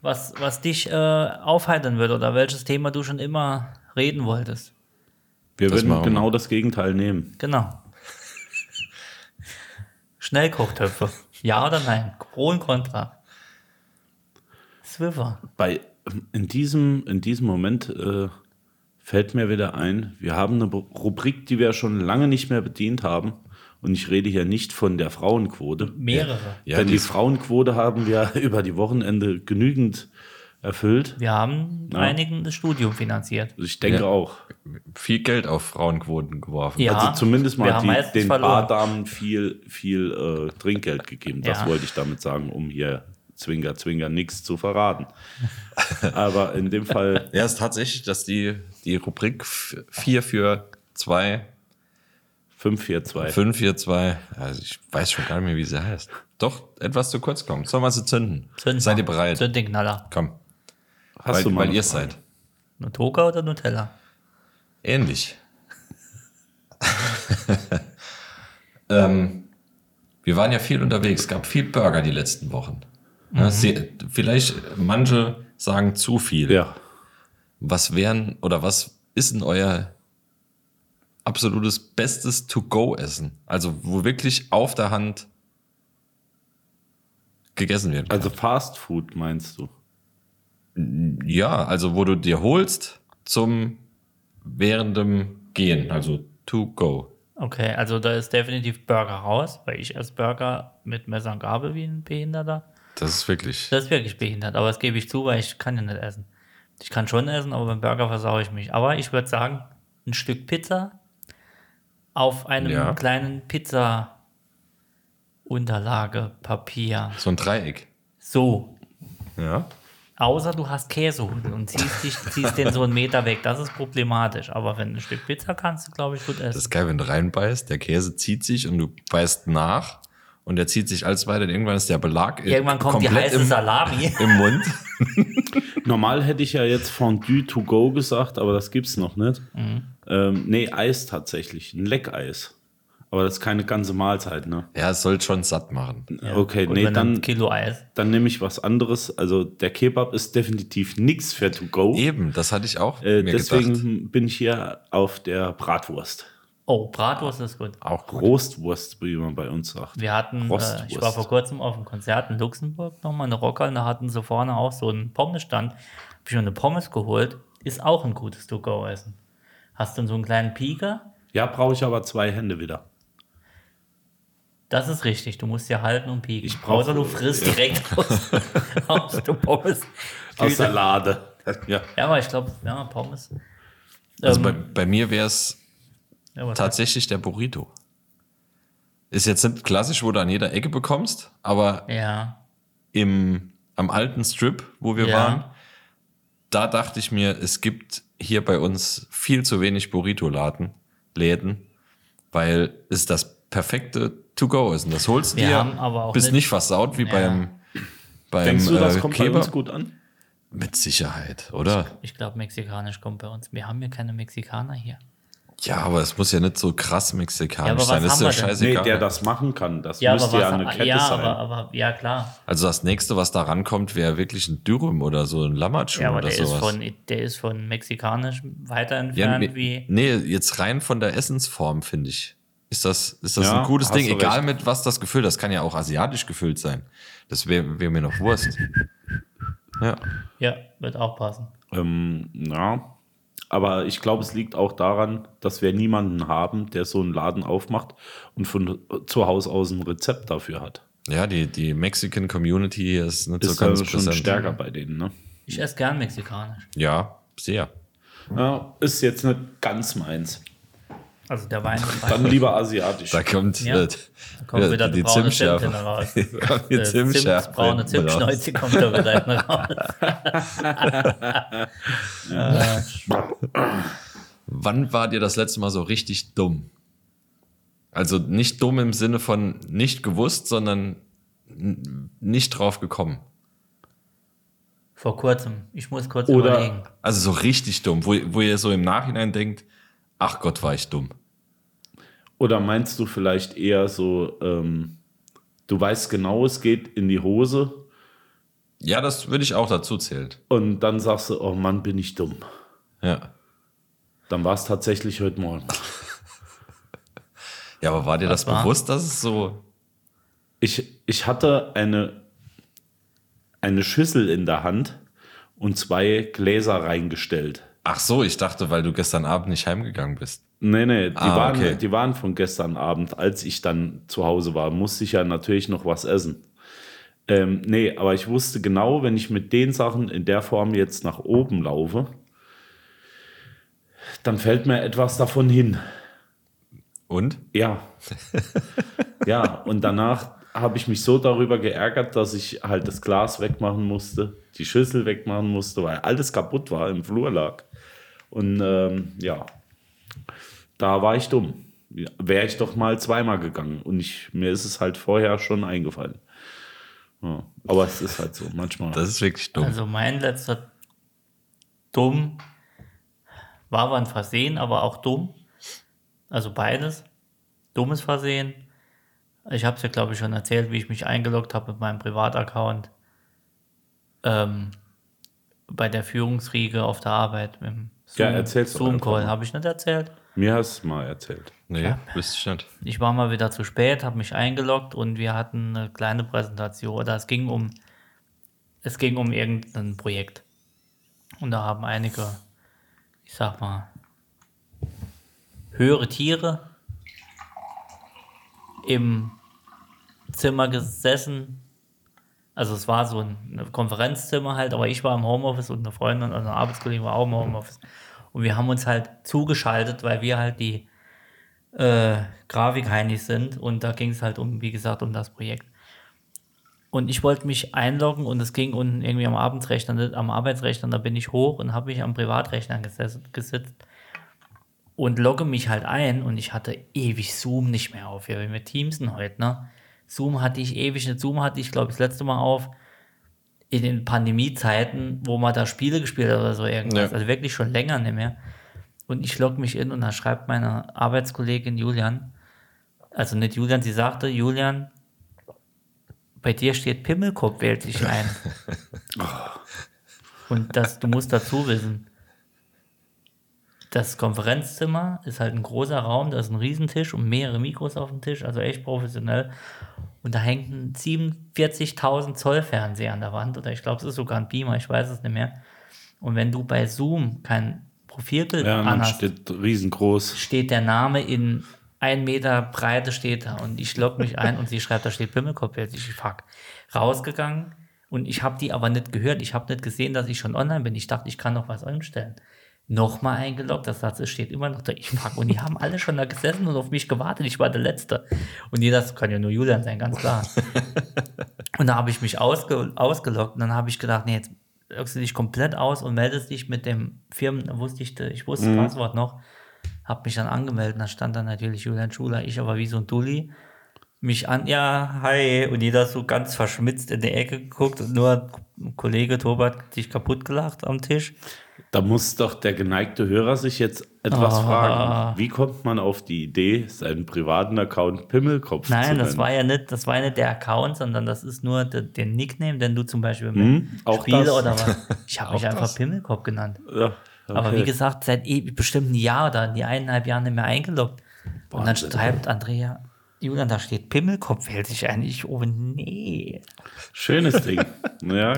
was, was dich äh, aufheitern würde oder welches Thema du schon immer reden wolltest. Wir Das würden machen wir. genau das Gegenteil nehmen. Genau. Schnellkochtöpfe. Ja oder nein? Pro und Contra. Swiffer. Bei, in, diesem, in diesem Moment äh, fällt mir wieder ein, wir haben eine Bu- Rubrik, die wir schon lange nicht mehr bedient haben. Und ich rede hier nicht von der Frauenquote. Mehrere. Ja, Denn die die- Frauenquote haben wir über die Wochenende genügend erfüllt. Wir haben einigen das Studium finanziert. Also Ich denke Ja. auch. Viel Geld auf Frauenquoten geworfen. Ja. Also zumindest wir mal haben meistens die, den verloren. Bardamen viel, viel äh, Trinkgeld gegeben. Das Ja. wollte ich damit sagen, um hier Zwinger, Zwinger nichts zu verraten. Aber in dem Fall, Ja, es ist tatsächlich, dass die, die Rubrik 4 für 2 542. 542. Also ich weiß schon gar nicht mehr, wie sie heißt. Doch, etwas zu kurz kommen. Sollen wir sie zünden? Zünd Seid mal. ihr bereit? Zünd den Knaller. Komm, Hast weil, du mal weil eine ihr Frage? seid. Nur Toka oder Nutella? Ähnlich. ähm, wir waren ja viel unterwegs, gab viel Burger die letzten Wochen. Ja, sie, vielleicht manche sagen zu viel. Ja. Was wären oder was ist denn euer absolutes bestes To-Go-Essen? Also, wo wirklich auf der Hand gegessen wird. Also Fast Food meinst du? Ja, also wo du dir holst zum während dem Gehen, also to go. Okay, also da ist definitiv Burger raus, weil ich esse Burger mit Messer und Gabel wie ein Behinderter. Das ist wirklich. Das ist wirklich behindert, aber das gebe ich zu, weil ich kann ja nicht essen. Ich kann schon essen, aber beim Burger versaue ich mich. Aber ich würde sagen, ein Stück Pizza auf einem Ja. kleinen Pizza-Unterlage, Papier. So ein Dreieck. So, Ja. außer du hast Käsehudeln und ziehst, dich, ziehst den so einen Meter weg. Das ist problematisch. Aber wenn du ein Stück Pizza kannst, du, glaube ich, gut essen. Das ist geil, wenn du reinbeißt, der Käse zieht sich und du beißt nach und der zieht sich alles weiter. und Irgendwann ist der Belag Irgendwann kommt die heiße Äh, im, Salami. im Mund. Normal hätte ich ja jetzt Fondue to go gesagt, aber das gibt's noch nicht. Mhm. Ähm, nee, Eis tatsächlich. Ein Leckeis. Aber das ist keine ganze Mahlzeit, ne? Ja, es soll schon satt machen. okay, Gut, nee, wenn du ein dann, Kilo Eis. dann nehme ich was anderes. Also der Kebab ist definitiv nichts für to go. Eben, das hatte ich auch Äh, mir deswegen gedacht. bin ich hier auf der Bratwurst. Oh, Bratwurst ist gut. Auch gut. Rostwurst, wie man bei uns sagt. Wir hatten, äh, ich Rostwurst. war vor kurzem auf einem Konzert in Luxemburg nochmal eine Rocker und da hatten sie vorne auch so einen Pommesstand. Hab ich mir eine Pommes geholt. Ist auch ein gutes To-Go-Essen. Hast dann so einen kleinen Pieker. Ja, brauche ich aber zwei Hände wieder. Das ist richtig. Du musst ja halten und pieken. Ich brauch- Außer du frisst direkt aus, aus der Pommes. Aus der Lade. Ja. Ja, aber ich glaube, ja, Pommes. Also Ähm, bei, bei mir wäre es ja, was- tatsächlich der Burrito. Ist jetzt nicht klassisch, wo du an jeder Ecke bekommst, aber Ja, im, am alten Strip, wo wir Ja. waren, da dachte ich mir, es gibt hier bei uns viel zu wenig Burrito-Laden, Läden, weil es das perfekte To-Go ist. Und das holst du Wir dir, haben aber auch bist nicht- nicht versaut wie beim, beim Denkst du, das äh, kommt bei uns Kebab. gut an? Mit Sicherheit, oder? ich glaube, mexikanisch kommt bei uns. Wir haben ja keine Mexikaner hier. Ja, aber es muss ja nicht so krass mexikanisch Ja, aber was sein. Das ist haben ja wir denn? Nee, scheißegal. der das machen kann. Das Ja, müsste aber ja was, eine Kette ja, sein. aber, aber ja klar. also das nächste, was da rankommt, wäre wirklich ein Dürüm oder so ein Lammertschuh Ja, aber oder der ist, sowas. von, der ist von mexikanisch weiter Ja, entfernt nee, wie. nee, jetzt rein von der Essensform, finde ich. Ist das, ist das Ja, ein gutes hast Ding? du Egal recht. mit was das gefüllt ist. Das kann ja auch asiatisch gefüllt sein. Das wäre wär mir noch Wurst. ja. Ja, wird auch passen. Ähm, ja, aber ich glaube, es liegt auch daran, dass wir niemanden haben, der so einen Laden aufmacht und von zu Hause aus ein Rezept dafür hat. ja, die, die Mexican Community ist nicht Ist so ganz also schon präsent. stärker bei denen, ne? Ich esse gern mexikanisch. Ja, sehr. Ja, ist jetzt nicht ganz meins. Also der Wein. Dann lieber asiatisch. Da kommt, Ja. äh, Da kommt äh, wieder die, die braune Zimtschärfe. Zimtrinne raus. Ja, die Äh, Zimtschärfe Zimt, braune hinten raus. Zimtschneuze kommt da wieder hinten raus. Äh, Wann war dir das letzte Mal so richtig dumm? Also nicht dumm im Sinne von nicht gewusst, sondern n- nicht drauf gekommen. Vor kurzem. Ich muss kurz Oder- überlegen. Also so richtig dumm, wo, wo ihr so im Nachhinein denkt, ach Gott, war ich dumm. Oder meinst du vielleicht eher so, ähm, du weißt genau, es geht in die Hose Ja, das würde ich auch dazu zählen. und dann sagst du, oh Mann, bin ich dumm. Ja. Dann war es tatsächlich heute Morgen. Ja, aber war dir das war? bewusst, dass es so. Ich, ich hatte eine, eine Schüssel in der Hand und zwei Gläser reingestellt. Ach so, ich dachte, weil du gestern Abend nicht heimgegangen bist. Nee, nee, die, Ah, waren, okay. die waren von gestern Abend. Als ich dann zu Hause war, musste ich ja natürlich noch was essen. Ähm, nee, aber ich wusste genau, wenn ich mit den Sachen in der Form jetzt nach oben laufe, dann fällt mir etwas davon hin. Und? Ja. ja, und danach habe ich mich so darüber geärgert, dass ich halt das Glas wegmachen musste, die Schüssel wegmachen musste, weil alles kaputt war, im Flur lag. Und ähm, ja, da war ich dumm. ja, wäre ich doch mal zweimal gegangen. Und ich, mir ist es halt vorher schon eingefallen. Ja, aber es ist halt so, manchmal. Das ist wirklich dumm. Also mein letzter dumm war war ein Versehen, aber auch dumm. Also beides. Dummes Versehen. Ich habe es ja, glaube ich, schon erzählt, wie ich mich eingeloggt habe mit meinem Privataccount ähm, bei der Führungsriege auf der Arbeit. Im Ja, Zoom- erzähl's doch einfach Zoom-Call mal. habe ich nicht erzählt. Mir hast du mal erzählt. nee, wüsste ich nicht. ich war mal wieder zu spät, habe mich eingeloggt und wir hatten eine kleine Präsentation. Oder es ging um, es ging um irgendein Projekt. Und da haben einige, ich sag mal, höhere Tiere im Zimmer gesessen. Also es war so ein ein Konferenzzimmer halt, aber ich war im Homeoffice und eine Freundin, also eine Arbeitskollegin war auch im Homeoffice. Und wir haben uns halt zugeschaltet, weil wir halt die äh, Grafikheinig sind und da ging es halt um, wie gesagt, um das Projekt. Und ich wollte mich einloggen und es ging unten irgendwie am Abendsrechner, nicht- am Arbeitsrechner, da bin ich hoch und habe mich am Privatrechner gesessen, gesitzt und logge mich halt ein und ich hatte ewig Zoom nicht mehr auf. Ja, wir Teamsen heute, ne? Zoom hatte ich ewig nicht. Zoom hatte ich, glaube ich, das letzte Mal auf in den Pandemiezeiten, wo man da Spiele gespielt hat oder so irgendwas. Ja. Also wirklich schon länger nicht mehr. Und ich logge mich in und dann schreibt meine Arbeitskollegin Julian, also nicht Julian, sie sagte, Julian, bei dir steht Pimmelkopf, wählt dich ein. und das, du musst dazu wissen, das Konferenzzimmer ist halt ein großer Raum, da ist ein Riesentisch und mehrere Mikros auf dem Tisch, also echt professionell. Und da hängt ein 47.000 Zoll Fernseher an der Wand oder ich glaube, es ist sogar ein Beamer, ich weiß es nicht mehr. Und wenn du bei Zoom kein Profilbild Ja, und dann anhast, steht riesengroß. steht der Name in ein Meter Breite steht da und ich logge mich ein und sie schreibt, da steht Pimmelkopf jetzt. Ich fuck. Rausgegangen und ich habe die aber nicht gehört. Ich habe nicht gesehen, dass ich schon online bin. Ich dachte, ich kann noch was einstellen. Nochmal eingeloggt, das Satz es steht immer noch da. Ich fuck. Und die haben alle schon da gesessen und auf mich gewartet. Ich war der Letzte. Und jeder, das kann ja nur Julian sein, ganz klar. Und da habe ich mich ausge ausgeloggt und dann habe ich gedacht, nee, jetzt loggst du dich komplett aus und meldest dich mit dem Firmen, wusste ich, ich wusste das Passwort noch, habe mich dann angemeldet und da stand dann natürlich Julian Schuler, ich aber wie so ein Dulli, mich an, ja, hi, und jeder so ganz verschmitzt in die Ecke geguckt und nur Kollege Tobert hat sich kaputt gelacht am Tisch. Da muss doch der geneigte Hörer sich jetzt etwas Ah. fragen. Wie kommt man auf die Idee, seinen privaten Account Pimmelkopf zu Nein, nennen? das war ja nicht, das war ja nicht der Account, sondern das ist nur der, der Nickname, den du zum Beispiel mit Hm, auch Spiele das. oder was. Ich habe mich Auch einfach das. Pimmelkopf genannt. ja, okay. Aber wie gesagt, seit eh, bestimmt ein Jahr oder die eineinhalb Jahren nicht mehr eingeloggt. Und dann Wahnsinn. schreibt Andrea, Julian, da steht Pimmelkopf, hält sich ein. Ich, oh nee. Schönes Ding. ja,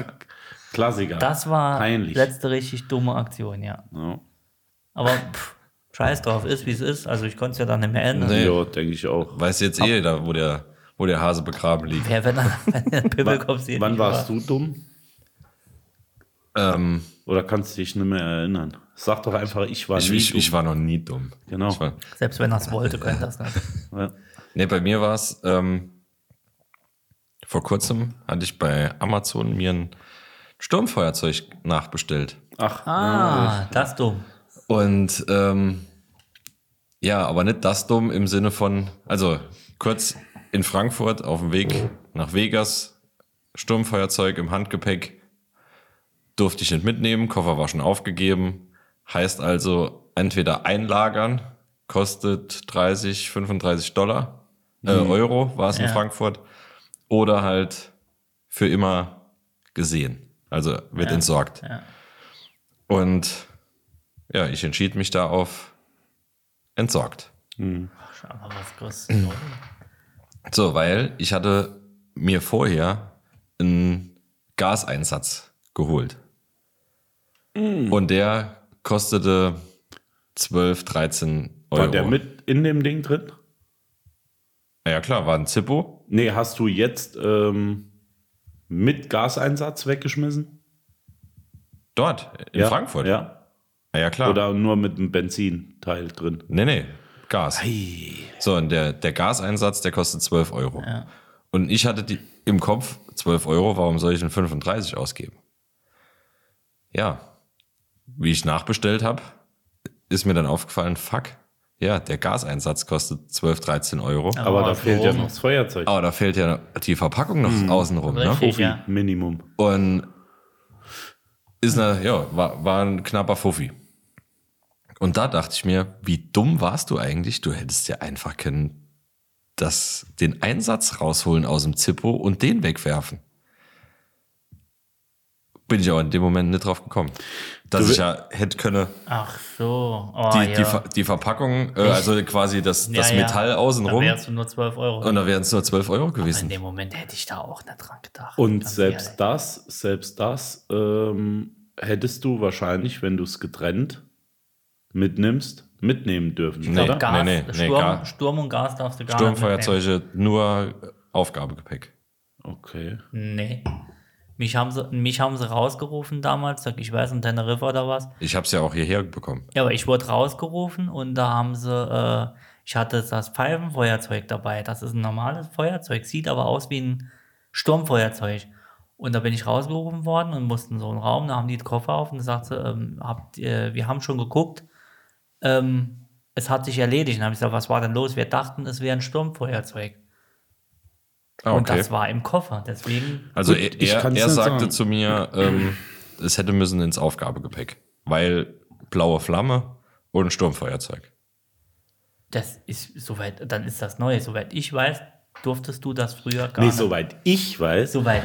Klassiker. Das war peinlich. letzte richtig dumme Aktion, ja. Ja, Aber pff, scheiß drauf, ist wie es ist. Also ich konnte es ja dann nicht mehr ändern. Nee. ja denke ich auch. Weiß jetzt eh jeder, wo der, wo der Hase begraben liegt. Wer, wenn er wenn der Pimmelkopf sieht. Wann warst du dumm? Ähm, Oder kannst du dich nicht mehr erinnern? Sag doch einfach, ich war ich, nie ich, dumm. ich war noch nie dumm. Genau. Ich war, Selbst wenn er es wollte, könnte das nicht. Ja. Nee, bei mir war es, ähm, vor kurzem hatte ich bei Amazon mir ein Sturmfeuerzeug nachbestellt. Ach, Ah, das dumm. Und ähm, ja, aber nicht das dumm im Sinne von, also kurz in Frankfurt auf dem Weg nach Vegas, Sturmfeuerzeug im Handgepäck, durfte ich nicht mitnehmen, Koffer war schon aufgegeben, heißt also entweder einlagern, kostet 30, 35 Dollar, äh, Euro war es in Mhm. Ja. Frankfurt, oder halt für immer gesehen, also wird entsorgt. Ja. Und ja, ich entschied mich da auf entsorgt. Schau mal, was kostet. So, weil ich hatte mir vorher einen Gaseinsatz geholt. Mm. Und der kostete 12, 13 Euro. war der mit in dem Ding drin? Ja klar, war ein Zippo. Nee, hast du jetzt ähm, mit Gaseinsatz weggeschmissen? Dort, in ja. Frankfurt. Ja. Ah, ja klar. Oder nur mit dem Benzinteil drin? Nee, nee, Gas. So, und der, der Gaseinsatz, der kostet 12 Euro. Und ich hatte die im Kopf 12 Euro, warum soll ich denn 35 ausgeben? Ja, wie ich nachbestellt habe, ist mir dann aufgefallen, fuck, Ja, der Gaseinsatz kostet 12, 13 Euro. Aber da Außenrum. fehlt ja noch das Feuerzeug. Aber da fehlt ja die Verpackung noch außenrum. Ne? Richtig, Profi, ja. Minimum. Und ist eine, ja, war, war ein knapper Fuffi. Und da dachte ich mir, wie dumm warst du eigentlich? Du hättest ja einfach können, das, den Einsatz rausholen aus dem Zippo und den wegwerfen. Bin ich aber in dem Moment nicht drauf gekommen. Dass Du- ich ja hätte können, Ach so. Oh, die, ja. die, Ver- die Verpackung, äh, also quasi das, das Metall Da außenrum. wärst du nur 12 Euro. Also Und da wären es nur 12 Euro in gewesen. dem Moment hätte ich da auch nicht dran gedacht. Und Ganz selbst ehrlich. das, selbst das ähm, hättest du wahrscheinlich, wenn du es getrennt mitnimmst, mitnehmen dürfen. Nee, oder? Gas, nee, nee, Sturm, Gas. Sturm und Gas darfst du gar nicht. Sturmfeuerzeuge, nur Aufgabegepäck. Okay. mitnehmen. Nee. Mich haben, sie, mich haben sie rausgerufen damals, ich weiß, in Teneriffa oder was. Ich habe es ja auch hierher bekommen. Ja, aber ich wurde rausgerufen und da haben sie, äh, ich hatte das Pfeifenfeuerzeug dabei. Das ist ein normales Feuerzeug, sieht aber aus wie ein Sturmfeuerzeug. Und da bin ich rausgerufen worden und musste in so einen Raum, da haben die den Koffer auf und sagte, ähm, habt, ihr- wir haben schon geguckt, ähm, es hat sich erledigt. Und dann habe ich gesagt, was war denn los? Wir dachten, es wäre ein Sturmfeuerzeug. Ah, Und das war im Koffer. Deswegen, also Gut, er, ich er, kann's er nicht sagte sagen. zu mir, ähm, es hätte müssen ins Aufgabegepäck, weil blaue Flamme und Sturmfeuerzeug. das ist soweit, dann ist das neu. Soweit ich weiß, durftest du das früher gar Nee, nicht. soweit ich weiß. Soweit.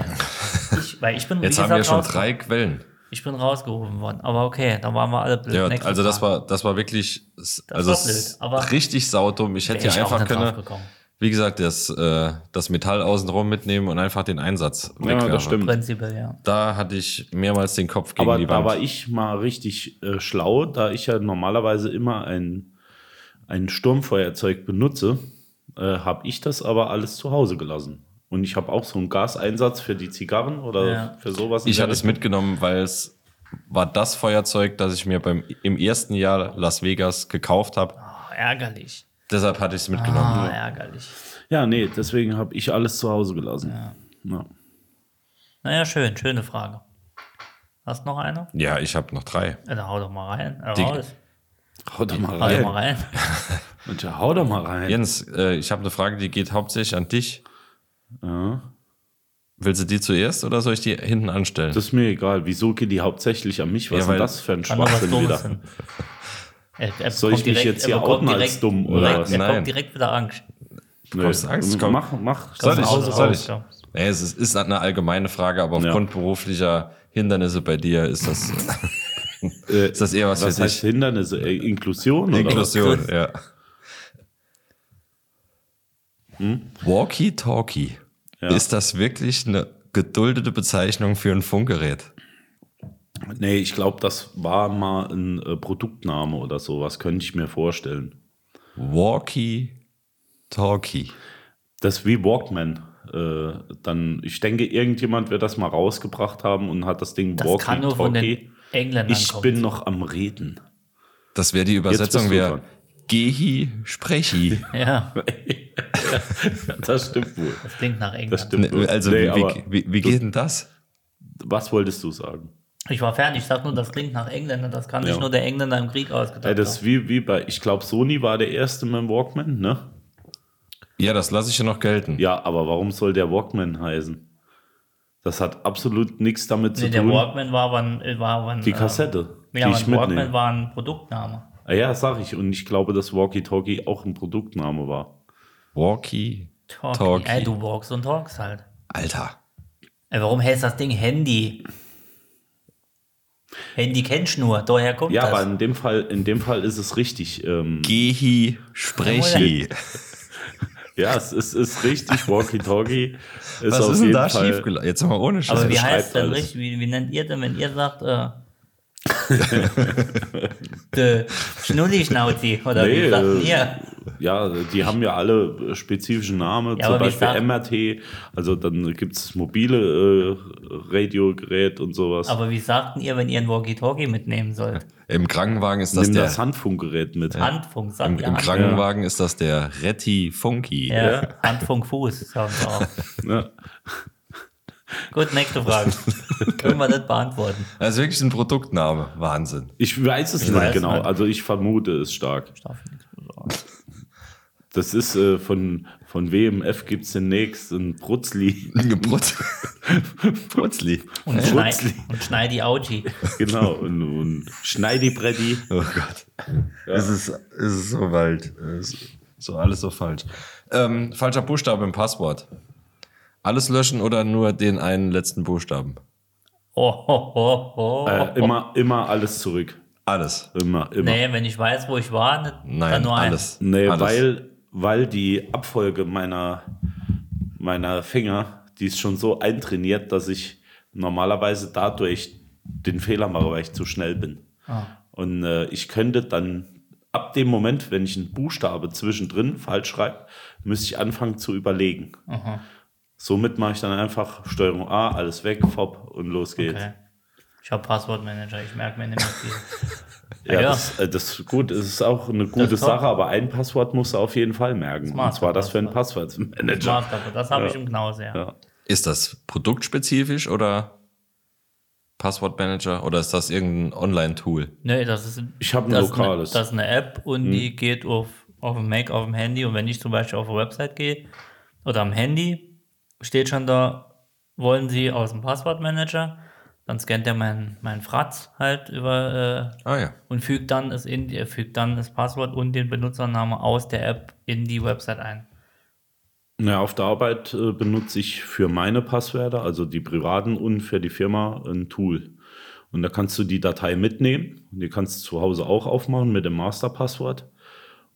Ich, weil ich bin, wie Jetzt haben wir gesagt, schon rausge- drei Quellen. Ich bin rausgerufen worden. Aber okay, dann waren wir alle blöd. Ja, Nächste also das Frage. war, das war wirklich, also war es blöd, ist aber- richtig saudumm. Ich hätte Wär ja ich auch einfach nicht drauf können, gekommen. wie gesagt, das, äh, das Metall außenrum mitnehmen und einfach den Einsatz Ja, wegwerfen. das stimmt. prinzipiell, ja. Da hatte ich mehrmals den Kopf gegen Aber die da Wand. war ich mal richtig äh, schlau, da ich ja normalerweise immer ein, ein Sturmfeuerzeug benutze, äh, habe ich das aber alles zu Hause gelassen. Und ich habe auch so einen Gaseinsatz für die Zigarren oder Ja. für sowas. in Ich der hatte es Richtung. mitgenommen, weil es war das Feuerzeug, das ich mir beim, im ersten Jahr Las Vegas gekauft habe. Oh, ärgerlich. Deshalb hatte ich es mitgenommen. Ah, ärgerlich. Ja, nee, deswegen habe ich alles zu Hause gelassen. Ja. Naja, schön, schöne Frage. Hast noch eine? Ja, ich habe noch drei. Ja, dann hau doch mal rein. Äh, Die- raus. Hau doch mal Hau doch rein. mal rein. Und ja, hau doch mal rein. Jens, äh, ich habe eine Frage, die geht hauptsächlich an dich. Ja. Willst du die zuerst oder soll ich die hinten anstellen? Das ist mir egal. Wieso geht die hauptsächlich an mich? Ja, Was ist weil- denn das für ein Kann doch was Schwachsinn Dummes wieder? sein. Er, er Soll ich bekommt mich direkt- jetzt hier er bekommt outen als direkt- dumm oder direkt, was? Er Nein. bekommt direkt wieder Angst. Nee. Kommst du Angst? Komm. Mach, mach. Soll ich? Komm, hau Soll raus, ich? komm. Nee, es ist, ist eine allgemeine Frage, aber Ja. aufgrund beruflicher Hindernisse bei dir ist das, Äh, ist das eher was, Was für heißt dich. Hindernisse? Äh, Inklusion? oder was? Inklusion, ja. Hm? Walkie-Talkie. Ist das wirklich eine geduldete Bezeichnung für ein Funkgerät? Nee, ich glaube, das war mal ein äh, Produktname oder sowas, könnte ich mir vorstellen. Walkie-Talkie. Das ist wie Walkman. Äh, dann, ich denke, irgendjemand wird das mal rausgebracht haben und hat das Ding Das kann nur von Walkie-Talkie. den Engländern Ich kommen. bin noch am Reden. Das wäre die Übersetzung, bist du wäre dran. Gehi, Sprechi. Ja, Das stimmt wohl. das klingt nach England. Das stimmt wohl. Also, Nee, wie, aber wie, wie, wie geht denn das? was wolltest du sagen? Ich war fertig. Ich sag nur, das klingt nach Engländer. Das kann sich Ja. nur der Engländer im Krieg ausgedacht Ey, haben. Äh, das ist wie, wie bei, ich glaube, Sony war der erste mit dem Walkman, ne? Ja, das lasse ich ja noch gelten. Ja, aber warum soll der Walkman heißen? Das hat absolut nichts damit zu Nee, der tun. Walkman war aber ein, äh, war aber ein, die Kassette, Äh, ja, die aber ich ein Walkman mitnehme. war ein Produktname. Ah, ja, sag ich. Und ich glaube, dass Walkie-Talkie auch ein Produktname war. Walkie. Talkie. Talkie. Ey, du walkst und talkst halt. Alter. Ey, warum heißt das Ding Handy? Handy kennst du nur, daher kommt Ja, das. aber in dem Fall, in dem Fall ist es richtig. Ähm, Gehi, Sprechi. ja, es ist, ist richtig. Walkie-Talkie ist Was auf ist denn jeden da Fall. schiefgelaufen? Jetzt mal ohne Scheiß. aber wie beschreibt heißt denn alles. richtig? Wie, wie nennt ihr denn, wenn ihr sagt, äh, de Schnulli-Schnauzi? Oder Nee, wie sagt denn äh, ihr? Ja, die haben ja alle äh, spezifischen Namen, Ja, zum aber wie Beispiel sagt- MRT. Also dann gibt es mobile äh, Radiogerät und sowas. Aber wie sagten ihr, wenn ihr ein Walkie-Talkie mitnehmen sollt? Im Krankenwagen ist das Nimm der. das Handfunkgerät mit. Handfunk, sagt Im, ihr im Hand- Krankenwagen ist das der Retti Funky. Ja, Handfunk Fuß, sagen wir auch. Ja. Gut, nächste Frage. Können wir nicht beantworten. Das ist wirklich ein Produktname. Wahnsinn. Ich weiß es weiß nicht es genau. nicht. Also ich vermute es stark. Darf ich nichts zu sagen. Das ist äh, von, von WMF gibt es demnächst ein Brutzli. Gebrutz. Brutzli. Und, Äh, schneid, Schutzli. und schneid die Auji. genau. Und, und Schneidibretti. Oh Gott. Es, ist, es ist so weit. Es ist so alles so falsch. Ähm, falscher Buchstabe im Passwort. Alles löschen oder nur den einen letzten Buchstaben? Oh, oh, oh, oh. Äh, immer, immer alles zurück. Alles. Immer, immer. nee, wenn ich weiß, wo ich war, ne- Nein, dann nur ein- alles. Nee, alles. weil, weil die Abfolge meiner, meiner Finger, die ist schon so eintrainiert, dass ich normalerweise dadurch den Fehler mache, weil ich zu schnell bin. Und äh, ich könnte dann ab dem Moment, wenn ich einen Buchstabe zwischendrin falsch schreibe, müsste ich anfangen zu überlegen. Somit mache ich dann einfach Steuerung A, alles weg, fopp und los geht's. Okay. Ich habe Passwortmanager, ich merke mir nicht mehr viel. Ja, Ja. Das, äh, das ist gut, es ist auch eine gute ist top. Sache, aber ein Passwort musst du auf jeden Fall merken. Smart und zwar das für einen Passwortmanager. Smart Cover, das habe ich im Knause, ja. Ja. Ist das produktspezifisch oder Passwortmanager oder ist das irgendein Online-Tool? Nee, Ne, das ist, Ich hab ein das ist lokales. Hm. Eine, das ist eine App und die geht auf, auf dem Mac, auf dem Handy. Und wenn ich zum Beispiel auf eine Website gehe oder am Handy, steht schon da, wollen Sie aus dem Passwortmanager? Dann scannt er meinen mein Fratz halt über äh, Ah ja. und fügt dann, es in, die- fügt dann das Passwort und den Benutzernamen aus der App in die Website ein. Ja, auf der Arbeit äh, benutze ich für meine Passwörter, also die privaten und für die Firma, ein Tool. Und da kannst du die Datei mitnehmen. Und die kannst du zu Hause auch aufmachen mit dem Masterpasswort.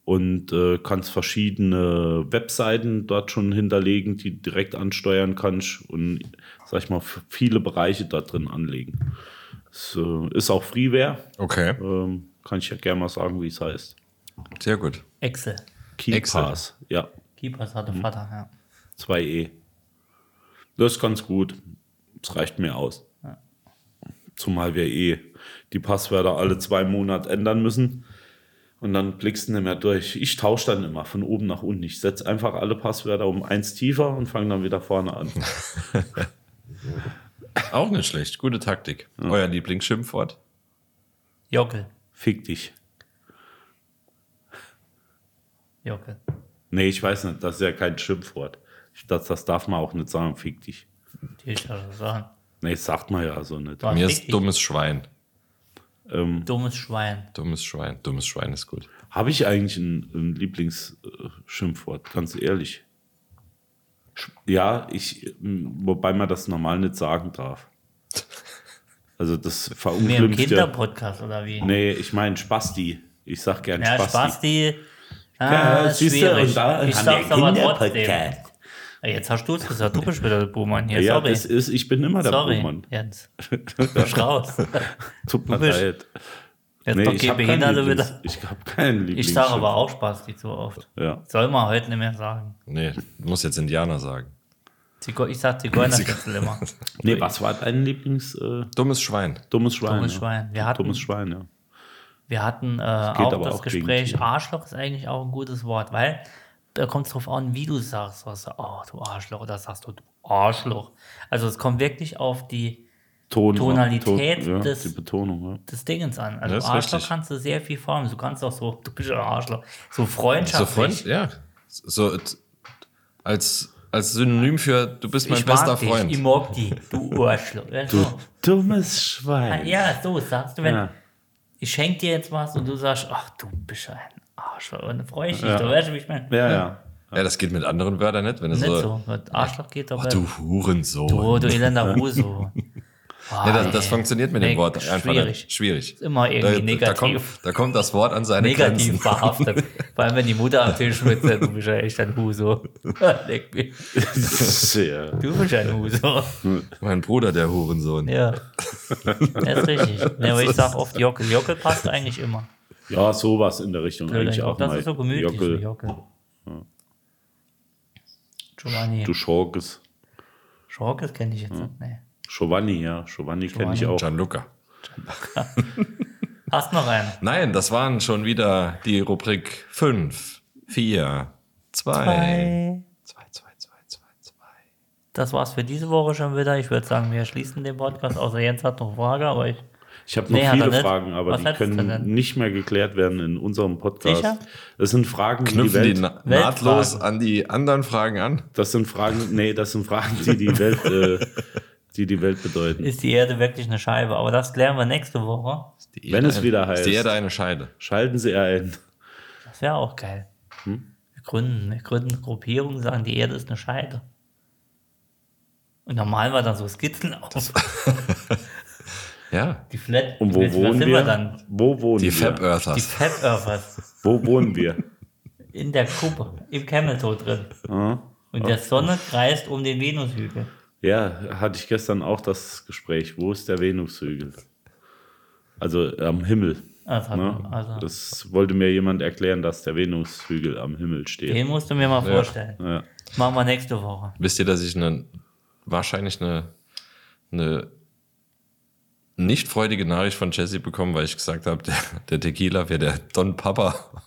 Und äh, kannst verschiedene Webseiten dort schon hinterlegen, die du direkt ansteuern kannst und, sag ich mal, f- viele Bereiche dort drin anlegen. Es äh, ist auch Freeware. Okay. Ähm, kann ich ja gerne mal sagen, wie es heißt. Sehr gut. Excel. KeyPass. Ja, Keepers hatte Mhm. Vater, ja. 2E. Das ist ganz gut. Das reicht mir aus. Zumal wir eh die Passwörter alle zwei Monate ändern müssen. Und dann blickst du nicht mehr durch. Ich tausche dann immer von oben nach unten. Ich setze einfach alle Passwörter um eins tiefer und fange dann wieder vorne an. Auch nicht schlecht. Gute Taktik. Euer Lieblingsschimpfwort? Jockel. Fick dich. Jockel. Nee, ich weiß nicht, das ist ja kein Schimpfwort. Ich, das, das darf man auch nicht sagen, fick dich. Die ich also sagen. Nee, das sagt man ja so nicht. War Mir richtig ist dummes Schwein. Ähm, Dummes Schwein. Dummes Schwein. Dummes Schwein ist gut. Habe ich eigentlich ein, ein Lieblingsschimpfwort, ganz ehrlich? Sch- Ja, ich, ähm, wobei man das normal nicht sagen darf. Also das Mir im verunglimpft ja. Kinderpodcast oder wie? Nee, ich meine Spasti. Ich sag gern Ja, Spasti. Spasti. Ah, Ja, ist siehst du, schwierig. und da ich haben sag's wir aber trotzdem. Kinderpodcast. Ey, Jetzt hast du es gesagt, du bist wieder der Buhmann hier. Ja, sorry. das ist, ich bin immer der sorry, Buhmann. Jens. Hörst raus. Tut mir Du bist- leid. Jetzt Nee, doch ich kein habe keinen Behinderte Lieblings, wieder. ich hab keinen Lieblings. Ich sage aber auch Spasti zu oft. Ja. Soll man heute nicht mehr sagen. Nee, muss jetzt Indianer sagen. Zigo- Ich sag Zigeunerschnitzel immer. Nee, was war dein Lieblings äh, Dummes Schwein. dummes Schwein? Dummes ja. Schwein. Wir hatten- dummes Schwein, ja. Wir hatten äh, geht auch aber das auch gegen Gespräch, Tiere. Arschloch ist eigentlich auch ein gutes Wort, weil da kommt es drauf an, wie du sagst. Was, oh, du Arschloch, oder sagst du, du Arschloch. Also es kommt wirklich auf die, Ton, Tonalität Ton, ja, des- die Betonung, ja. des Dingens an. Das Also ist Arschloch richtig. kannst du sehr viel formen. Du kannst auch so, du bist ein Arschloch. So freundschaftlich. Freund, ja. So äh, als, als Synonym für du bist mein ich bester mag Freund. dich, ich mag die, du Arschloch. Ja, Du so. Ah, dummes Schwein. ja, so sagst du, wenn Ja. ich schenke dir jetzt was und du sagst, ach, du bist ein Arschloch. Und dann freue ich dich. Ja. Du weißt, wie ich meine. Ja, ja. Ja, das geht mit anderen Wörtern nicht, wenn du Nicht so, so. Mit Arschloch geht doch Oh, besser. du Hurensohn. Oh, du elender Huso. nee, das, das funktioniert mit dem Wort einfach schwierig. nicht. Schwierig. Immer irgendwie Da, da, negativ. kommt, da kommt das Wort an seine Negativ Grenzen. behaftet. Vor allem, wenn die Mutter am Tisch mit du bist ja echt ein Huso. Leck mich. Sehr. Du bist ein Huso. Mein Bruder, der Hurensohn. Ja. Das ist richtig. Ja, aber ich sag oft Jockel. Jockel passt eigentlich immer. Ja, sowas in der Richtung Blöder eigentlich Jockel. auch Das mal. ist so gemütlich, ne, so Jockel, Jockel. Giovanni. du Schorkes. Schorkes kenne ich jetzt nicht. Nee. Giovanni, ja. Giovanni kenne ich Giovanni. auch. Gianluca. Hast noch einen? Nein, das waren schon wieder die Rubrik 5, 4, 2, 2, 2, 2, 2, 2. Das war's für diese Woche schon wieder. Ich würde sagen, wir schließen den Podcast. Außer Jens hat noch Frage, aber ich Ich habe noch Nee, hat er viele nicht. Fragen, aber Was die hattest du können denn? nicht mehr geklärt werden in unserem Podcast. Sicher? Das sind Fragen, die die Knüpfen die Welt, na nahtlos an die anderen Fragen an. das sind Fragen, nee, das sind Fragen, die die Welt, äh, die die Welt bedeuten. Ist die Erde wirklich eine Scheibe? Aber das klären wir nächste Woche. Die Wenn Erde es wieder ein- heißt. Ist die Erde eine Scheide? Schalten Sie ein. Das wäre auch geil. Hm? Wir gründen, wir gründen eine Gruppierung, sagen, die Erde ist eine Scheide. Und dann malen wir dann so Skizzen auf. Ja. die Flat. Und Um wo was wohnen sind wir? wir dann? Wo wohnen Die Fab wir? Die Earthers. Fat Earthers. Wo wohnen wir? In der Kuppe, im Cameltoe drin. Und Oh. der Sonne kreist um den Venushügel. Ja, hatte ich gestern auch das Gespräch. Wo ist der Venushügel? Also am Himmel. Das hat, Ne? also, Das wollte mir jemand erklären, dass der Venushügel am Himmel steht. den musst du mir mal vorstellen. Ja. Machen wir nächste Woche. Wisst ihr, dass ich eine, wahrscheinlich eine, eine nicht freudige Nachricht von Jesse bekommen, weil ich gesagt habe, der, der Tequila wäre der Don Papa.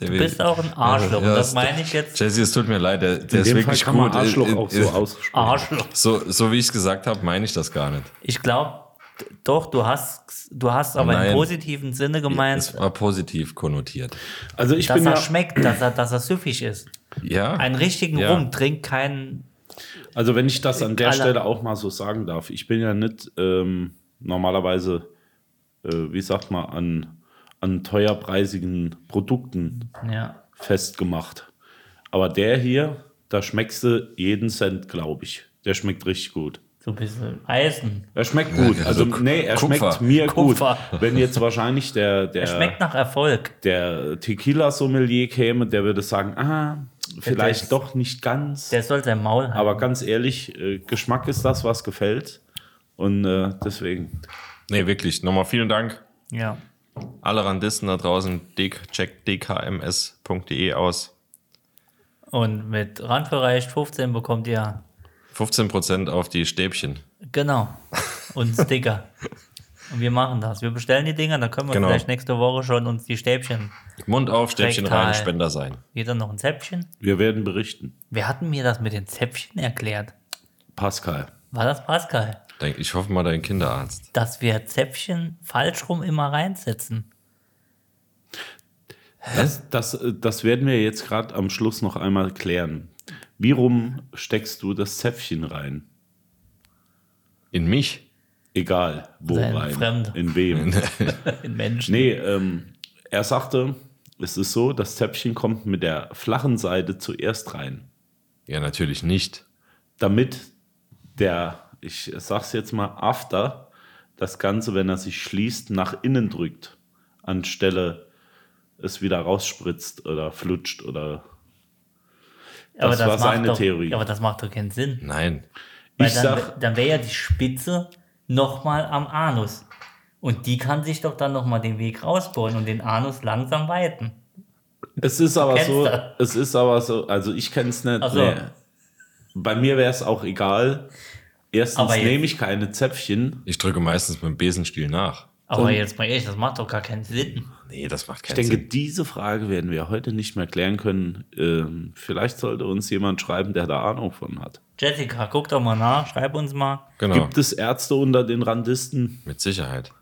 Der Du will- bist auch ein Arschloch. Ja, und das es- meine ich jetzt. Jesse, es tut mir leid, der, der In ist dem Fall wirklich kann gut. man Arschloch Äh, auch äh, so aussprechen. Arschloch. so, so wie ich es gesagt habe, meine ich das gar nicht. Ich glaube, doch, du hast, du hast aber Nein. im positiven Sinne gemeint, Es war positiv konnotiert. Also ich dass bin er ja, schmeckt, dass er, dass er süffig ist. Ja. Einen richtigen Ja. Rum trinkt keinen. also wenn ich das an der Alle- Stelle auch mal so sagen darf, ich bin ja nicht ähm, normalerweise, äh, wie sagt man, an, an teuerpreisigen Produkten Ja. festgemacht. Aber der hier, da schmeckst du jeden Cent, glaube ich. Der schmeckt richtig gut. So ein bisschen Eisen. Er schmeckt gut. Ja, Also, also nee, er Kupfer. schmeckt mir Kupfer. gut. Wenn jetzt wahrscheinlich der, der, Er schmeckt nach Erfolg. der Tequila-Sommelier käme, der würde sagen, ah, vielleicht ist- doch nicht ganz. Der soll sein Maul haben. Aber ganz ehrlich, äh, Geschmack ist das, was gefällt. Und äh, deswegen. Nee, wirklich. Nochmal vielen Dank. Ja. Alle Randisten da draußen, D- checkt dkms.de E aus. Und mit Randbereich 15 bekommt ihr. 15% auf die Stäbchen. Genau. Und Sticker. Und wir machen das. Wir bestellen die Dinger, dann können wir Genau. vielleicht nächste Woche schon uns die Stäbchen. Mund auf, Stäbchen Rektal. rein, Spender sein. Jeder noch ein Zäpfchen? Wir werden berichten. Wer hat mir das mit den Zäpfchen erklärt? Pascal. War das Pascal? Denk- Ich hoffe mal, dein Kinderarzt. dass wir Zäpfchen falsch rum immer reinsetzen. Das, das, äh, das werden wir jetzt gerade am Schluss noch einmal klären. Wie rum steckst du das Zäpfchen rein? In mich? Egal, wo Sein rein. Fremd. In wem. Den Menschen. Nee, ähm, er sagte, es ist so, das Zäpfchen kommt mit der flachen Seite zuerst rein, Ja, natürlich nicht. damit der, ich sag's jetzt mal, After das Ganze, wenn er sich schließt, nach innen drückt, anstelle es wieder rausspritzt oder flutscht oder. das war macht seine doch, Theorie. Aber das macht doch keinen Sinn. Nein. Weil ich dann, sag, dann wäre ja die Spitze nochmal am Anus. Und die kann sich doch dann nochmal den Weg rausbohren und den Anus langsam weiten. es ist aber kennst so, das. es ist aber so, also ich kenn's nicht. Ach so. Nee. Bei mir wäre es auch egal. Erstens Aber jetzt- nehme ich keine Zäpfchen. Ich drücke meistens mit dem Besenstiel nach. Aber Und- jetzt mal ehrlich, das macht doch gar keinen Sinn. Nee, das macht Ich keinen denke, Sinn. diese Frage werden wir heute nicht mehr klären können. Ähm, vielleicht sollte uns jemand schreiben, der da Ahnung von hat. Jessica, guck doch mal nach, schreib uns mal. Genau. Gibt es Ärzte unter den Randisten? Mit Sicherheit.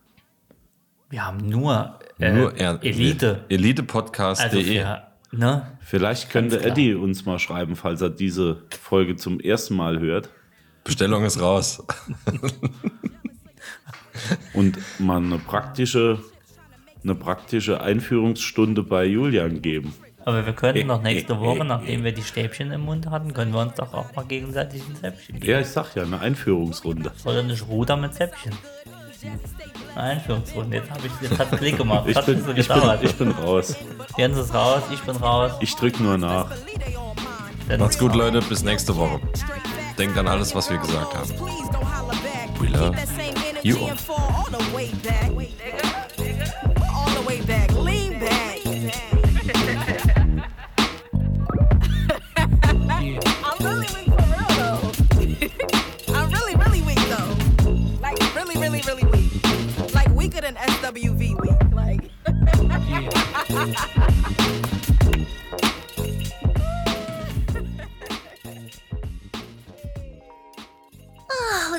Wir haben nur, äh, Nur er Elite. Also E. Elitepodcast.de. für, ne? Vielleicht könnte klar. Eddie uns mal schreiben, falls er diese Folge zum ersten Mal hört Bestellung ist raus. und mal eine praktische, eine praktische Einführungsstunde bei Julian geben. Aber wir E- könnten doch nächste Woche, nachdem wir die Stäbchen im Mund hatten, können wir uns doch auch mal gegenseitig ein Zäpfchen geben. Ja, ich sag ja, eine Einführungsrunde. Oder nicht Ruder mit Zäpfchen. Einführungsrunde. Jetzt, hab ich, jetzt hat Klick gemacht. Ich Hat bin, nicht so ich bin, gedauert. ich bin raus. Jens ist raus, ich bin raus. Ich drück nur nach. Dennis Macht's ist gut, raus. Leute. Bis nächste Woche. Denkt an alles, was wir gesagt haben. We love you all. All the way back. All the way back. Lean back. I'm really weak for real though. I'm really, really weak though. Like really, really, really weak. Like weaker than SWV weak. Like. Oh,